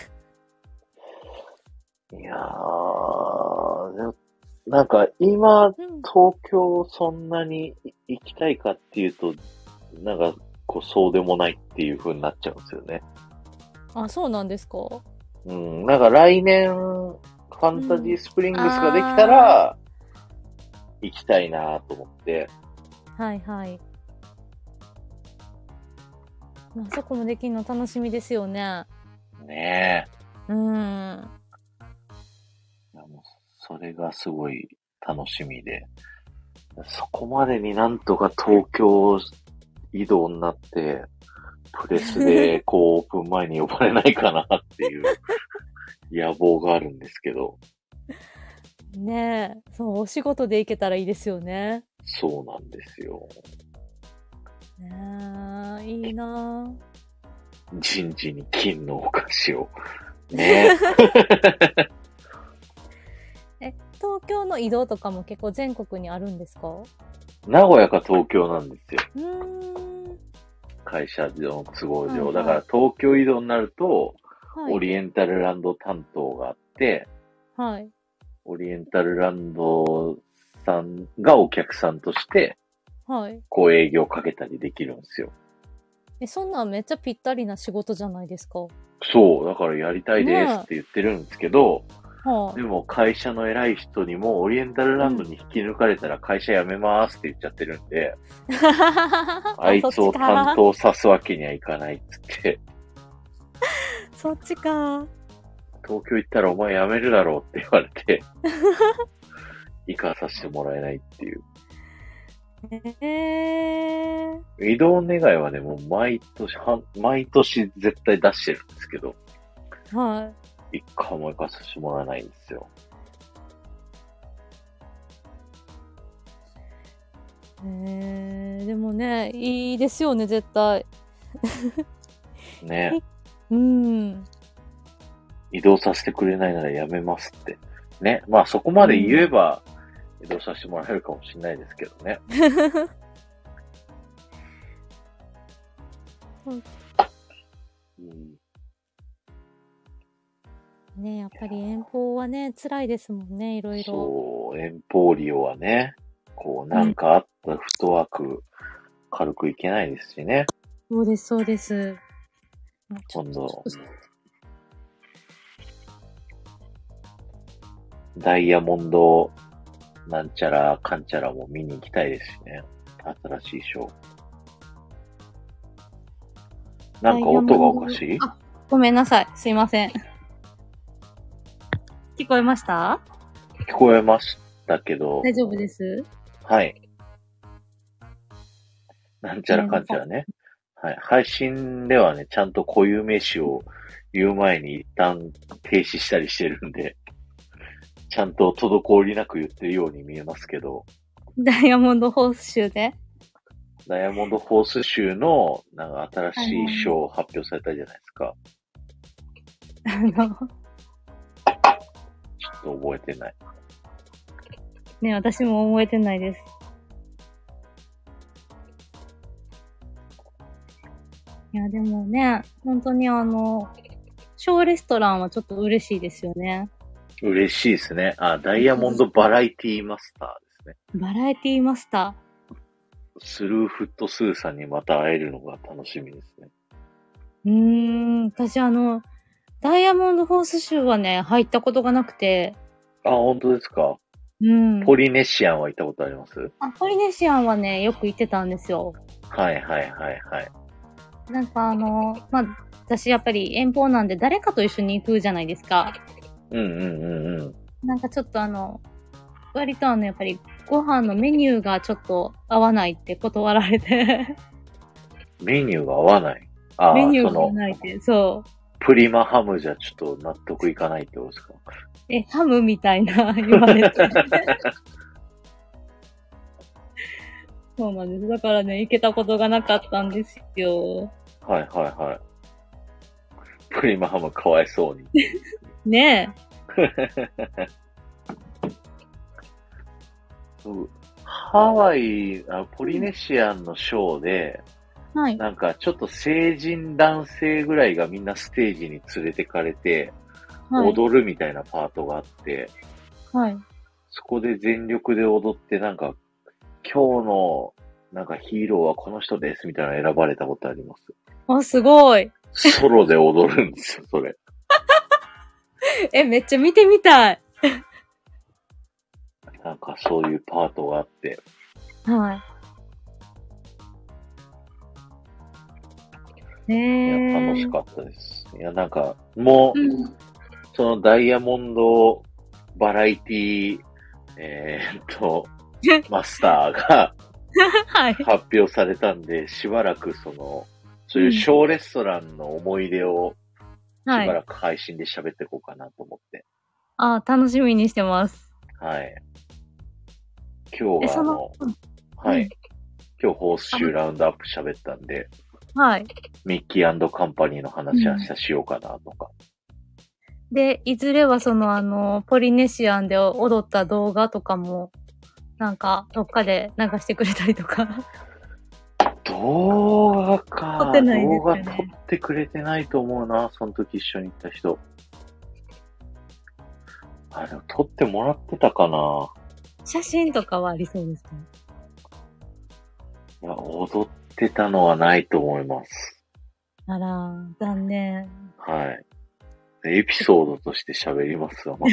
Speaker 1: いやー、でもなんか今、
Speaker 2: うん。
Speaker 1: 東京そんなに行きたいかっていうと、なんかこうそうでもないっていう風になっちゃうんですよね。
Speaker 2: あ、そうなんですか
Speaker 1: うん、なんか来年、ファンタジースプリングスができたら、行きたいなと思って。
Speaker 2: はいはい。まあそこもできるの楽しみですよね。
Speaker 1: ね
Speaker 2: うん。
Speaker 1: え。いやもうそれがすごい楽しみで。そこまでになんとか東京移動になって、プレスで、こう、オープン前に呼ばれないかなっていう野望があるんですけど、
Speaker 2: ねえ、そう、お仕事で行けたらいいですよね。
Speaker 1: そうなんですよ。
Speaker 2: ねえ、いいなぁ
Speaker 1: 人事に金のお菓子を。ねえ。
Speaker 2: 東京の移動とかも結構全国にあるんですかう
Speaker 1: 名古屋か東京なんですよ。
Speaker 2: ーん。
Speaker 1: 会社の都合
Speaker 2: はいは
Speaker 1: 上。
Speaker 2: い
Speaker 1: だから東京移動になると、
Speaker 2: は
Speaker 1: オ
Speaker 2: い。
Speaker 1: リエンタルランド担当があって、
Speaker 2: はい。
Speaker 1: オリエンタルランドさんがお客さんとして、
Speaker 2: はい。
Speaker 1: こう営業かけたりできるんですよ。
Speaker 2: え、そんなんめっちゃぴったりな仕事じゃないですか。
Speaker 1: そう、だからやりたいですって言ってるんですけど、
Speaker 2: は
Speaker 1: でも会社の偉い人にもオリエンタルランドに引き抜かれたら会社辞めますって言っちゃってるんで、
Speaker 2: い。
Speaker 1: あいつを担
Speaker 2: 当。
Speaker 1: 当さすわけにはいかないっつって、
Speaker 2: そっちか。
Speaker 1: 東京行ったらお前辞めるだろうって言われて、行かさせてもらえないっていう。
Speaker 2: ええ
Speaker 1: 移動願いはね、もう毎年、は毎年絶対出してるんですけど、
Speaker 2: は
Speaker 1: 一回も行かさせてもらえないんですよ。
Speaker 2: い。ええでもね、いいですよね、絶対。
Speaker 1: ね。
Speaker 2: うん。
Speaker 1: 移動させてくれないならやめますって。ね。まあそこまで言えば、移動させてもらえるかもしれないですけどね。うん、
Speaker 2: ねやっぱり遠方はね、辛いですもんね、いろいろ。
Speaker 1: そう、遠方利用はね、こう、なんかあったらフットワーク、軽くいけないですしね。
Speaker 2: そうです、そうです。あちょ
Speaker 1: 今度、
Speaker 2: ちょ
Speaker 1: ダイヤモンド、なんちゃら、かんちゃらも見に行きたいですしね。新しいショー。なんか音がおかしい
Speaker 2: あごめんなさい、すいません。聞こえました
Speaker 1: 聞こえましたけど、
Speaker 2: 大丈夫です。
Speaker 1: はい。なんちゃらかんちゃらね。はい。配信ではね、ちゃんと固有名詞を言う前に一旦停止したりしてるんで、 ちゃんと滞りなく言ってるように見えますけど、
Speaker 2: ダイヤモンドホース州で。
Speaker 1: ダイヤモンドホース州の、なんか新しい賞を発表されたじゃないですか。
Speaker 2: あの、
Speaker 1: ちょっと覚えてない。
Speaker 2: ね、私も覚えてないです。いや、でもね、本当にあの、小レストランはちょっと嬉しいですよね。
Speaker 1: 嬉しいですね。あ、ダイヤモンドバラエティマスターですね。
Speaker 2: バラエティマスタ
Speaker 1: スルーフットスーさんにまた会えるのが楽しみですね。
Speaker 2: ー。うーん、私あの、ダイヤモンドホース州はね、入ったことがなくて、
Speaker 1: あ、本当ですか。
Speaker 2: うん。
Speaker 1: ポリネシアンは行ったことあります
Speaker 2: あポリネシアンはね、よく行ってたんですよ。
Speaker 1: はいはいはいはい。
Speaker 2: なんかあの、まあ、私やっぱり遠方なんで誰かと一緒に行くじゃないですか。
Speaker 1: うんうんうんうん。
Speaker 2: なんかちょっとあの、割とあの、やっぱりご飯のメニューがちょっと合わないって断られて、
Speaker 1: メニューが合わない。ああ、
Speaker 2: メニュ
Speaker 1: そ
Speaker 2: ーが
Speaker 1: の、
Speaker 2: ないって、そ
Speaker 1: プリマハムじゃちょっと納得いかないってことですか。
Speaker 2: う。え、ハムみたいな言われて。そうなんです。だからね、行けたことがなかったんですよ。
Speaker 1: はいはいはい。リマハムかわいそうに。
Speaker 2: ね
Speaker 1: そうハワイあ、ポリネシアンのショーで、
Speaker 2: え。はい。
Speaker 1: なんかちょっと成人男性ぐらいがみんなステージに連れてかれて、
Speaker 2: はい。
Speaker 1: 踊るみたいなパートがあって、
Speaker 2: はい。
Speaker 1: そこで全力で踊って、なんか、今日の、なんかヒーローはこの人ですみたいなの選ばれたことありま
Speaker 2: あ、すごい。
Speaker 1: す。ソロで踊るんですよ、それ。
Speaker 2: え、めっちゃ見てみたい。
Speaker 1: なんかそういうパートがあって、いや、
Speaker 2: はい。ねえ。
Speaker 1: 楽しかったです。いや、なんか、もう、そのダイヤモンドバラエティえーっ と、マスターが
Speaker 2: はい。
Speaker 1: 発表されたんで、しばらくその、そういう小レストランの思い出を、しば
Speaker 2: はい。
Speaker 1: らく配信で喋っていこうかなと思って。
Speaker 2: あ、楽しみにしてます。
Speaker 1: はい。今日は
Speaker 2: え、
Speaker 1: あ
Speaker 2: そ
Speaker 1: の、
Speaker 2: の、うん
Speaker 1: は
Speaker 2: うん
Speaker 1: い。今日、報酬ラウンドアップ喋ったんで、
Speaker 2: はい。
Speaker 1: ミッキーカンパニーの話明日しようかなとか。
Speaker 2: で、いずれはそのあの、ポリネシアンで踊った動画とかも、なんか、どっかで流してくれたりと か。
Speaker 1: 動画
Speaker 2: 撮
Speaker 1: か
Speaker 2: っ。てないですね
Speaker 1: 動画撮ってくれてないと思うな、その時一緒に行った人。あ、でも撮ってもらってたかな。
Speaker 2: 写真とかはありそうですか
Speaker 1: いや、踊ってたのはないと思います。
Speaker 2: あら、残念。
Speaker 1: はい。でエピソードとして喋りますが、ま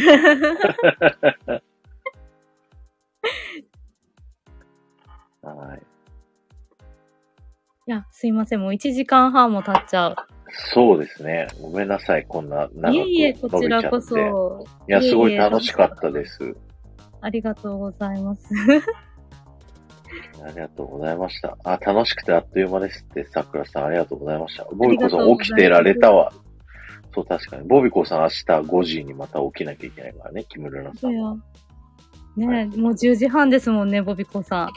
Speaker 1: た はい。
Speaker 2: いや、すいません。もう1時間半も経っちゃう。
Speaker 1: そうですね。ごめんなさい、こんな長く
Speaker 2: い
Speaker 1: 伸
Speaker 2: え
Speaker 1: び
Speaker 2: い
Speaker 1: ちゃ
Speaker 2: え、
Speaker 1: って。
Speaker 2: こちらこそ。
Speaker 1: いや、すごい
Speaker 2: いえいえ
Speaker 1: 楽しかったです。
Speaker 2: ありがとうござい ます。
Speaker 1: ありがとうございました。あ、楽しくてあっという間ですって、桜さんありがとうございました。ボビコさ
Speaker 2: ありがとうござい
Speaker 1: ん
Speaker 2: ます
Speaker 1: 起きてられたわ。そう、確かに。ボビコさん明日5時にまた起きなきゃいけないからね、キムルナさ
Speaker 2: そ
Speaker 1: ん
Speaker 2: う
Speaker 1: も。
Speaker 2: よ。ねえ、もう10時半ですもんね、ボビコさん。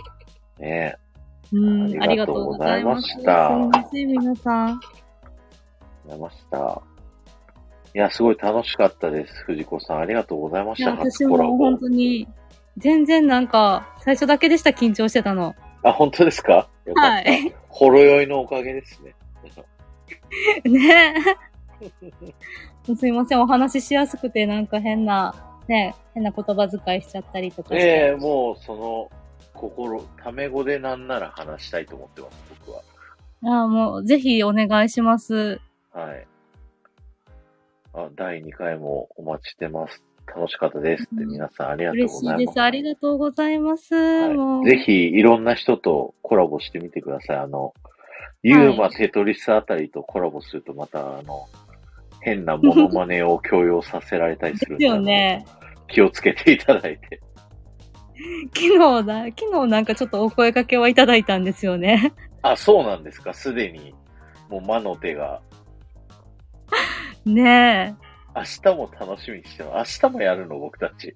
Speaker 1: ね
Speaker 2: うん、
Speaker 1: あ
Speaker 2: あ
Speaker 1: り
Speaker 2: り
Speaker 1: がと
Speaker 2: がと
Speaker 1: う
Speaker 2: う
Speaker 1: ご
Speaker 2: ご
Speaker 1: ざ
Speaker 2: ざ
Speaker 1: い
Speaker 2: い
Speaker 1: ま
Speaker 2: ま
Speaker 1: し
Speaker 2: す。
Speaker 1: た
Speaker 2: すいません、皆さん。
Speaker 1: え、出ました。いや、すごい楽しかったです。藤子さんありがとうございま
Speaker 2: い
Speaker 1: し
Speaker 2: や、
Speaker 1: た。
Speaker 2: 私
Speaker 1: 初コラ
Speaker 2: も
Speaker 1: ボ
Speaker 2: 本。当に、全然なんか、最初だけでした、緊張してたの。
Speaker 1: あ、本当ですかよか
Speaker 2: は
Speaker 1: った。
Speaker 2: い。
Speaker 1: ほろ酔いのおかげですね。
Speaker 2: ねえ。すいません、お話ししやすくて、なんか変な、ねえ、変な言葉遣いしちゃったりとかして。
Speaker 1: ええもうその心、タメ語でなんなら話したいと思ってます、僕は。
Speaker 2: ああ、もう、ぜひお願いします。
Speaker 1: はい。あ、第2回もお待ちしてます。楽しかったですって、
Speaker 2: うん
Speaker 1: 皆さんありがとう
Speaker 2: 嬉
Speaker 1: ご
Speaker 2: し
Speaker 1: ざ
Speaker 2: い
Speaker 1: い
Speaker 2: で
Speaker 1: ます。
Speaker 2: す。ありがとうございます。も
Speaker 1: は
Speaker 2: う
Speaker 1: い、ぜひ、いろんな人とコラボしてみてください。あの、ユーマ、テトリスあたりとコラボすると、また、あの、変なモノマネを強要させられたりするん
Speaker 2: ですよね。
Speaker 1: 気をつけていただいて。
Speaker 2: 昨日だ、昨日なんかちょっとお声掛けはいただいたんですよね。
Speaker 1: あ、そうなんですか。すでに、もう魔の手が。
Speaker 2: ね
Speaker 1: 明日も楽しみにしてます。明日もやるの、僕たち。
Speaker 2: え。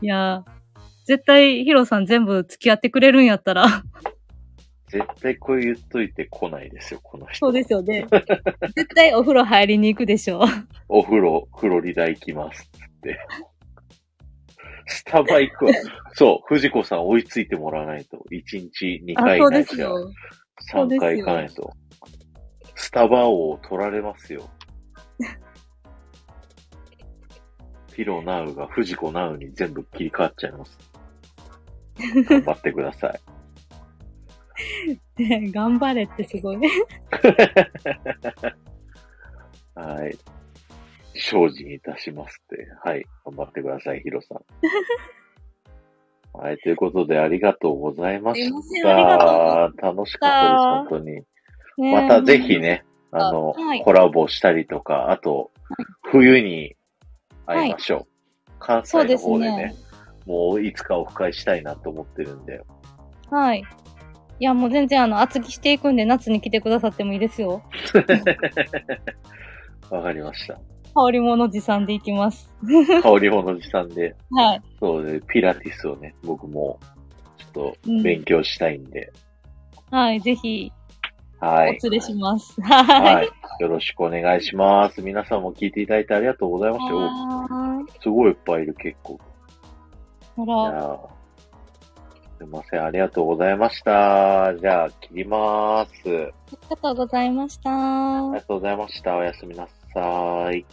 Speaker 2: いや、絶対ヒロさん全部付き合ってくれるんやったら。
Speaker 1: 絶対これ言っといて来ないですよ、この人。
Speaker 2: そうですよね。 絶対お風呂入りに行くでしょう。
Speaker 1: お風呂、フロリダ行きます。つって。 スタバ行くわ。そう、藤子さん追いついてもらわないと。1日2
Speaker 2: あ、
Speaker 1: 回
Speaker 2: そう
Speaker 1: な
Speaker 2: で
Speaker 1: い
Speaker 2: す
Speaker 1: しは
Speaker 2: よ。そうで
Speaker 1: 3
Speaker 2: す
Speaker 1: 回行
Speaker 2: よ
Speaker 1: かないと。スタバ王を取られます よ。ピロナウが藤子ナウに全部切り替わっちゃいます。頑張ってください。
Speaker 2: ね頑張れってすごい。
Speaker 1: はい。精進いたしますって。はい。頑張ってください、ヒロさん。はい。ということで、ありがとうございまし
Speaker 2: すいませんありがとう
Speaker 1: た。楽
Speaker 2: ござ
Speaker 1: しかったです、本当に。
Speaker 2: ねえ
Speaker 1: またぜひ。ね、
Speaker 2: あ
Speaker 1: あの、
Speaker 2: はい
Speaker 1: コラボしたりとか、あと、冬に会いましょう。関西の方で
Speaker 2: そう
Speaker 1: ね
Speaker 2: で
Speaker 1: もういつかオフ会したいなと思ってるんで。
Speaker 2: はい。いや、もう全然あの、厚着していくんで夏に来てくださってもいいですよ。
Speaker 1: わかりました。
Speaker 2: 羽織物持参で行きます。
Speaker 1: 香りものじさんで、
Speaker 2: はい。
Speaker 1: そうで、ピラティスをね、僕も、ちょっ
Speaker 2: うん
Speaker 1: と勉強したいんで。
Speaker 2: はい、ぜひ、
Speaker 1: は
Speaker 2: お
Speaker 1: い
Speaker 2: 連。れします。はい。
Speaker 1: はい。よろしくお願いします。皆さんも聞いていただいてありがとうございました。お
Speaker 3: は
Speaker 1: すごいいっぱいいる、結構。
Speaker 3: ーい。
Speaker 1: い
Speaker 3: あら、
Speaker 1: やーすいません、ありがとうございました。じゃあ、切ります。
Speaker 3: ありがとうございました。
Speaker 1: ありがとうございました。おやすみなさい。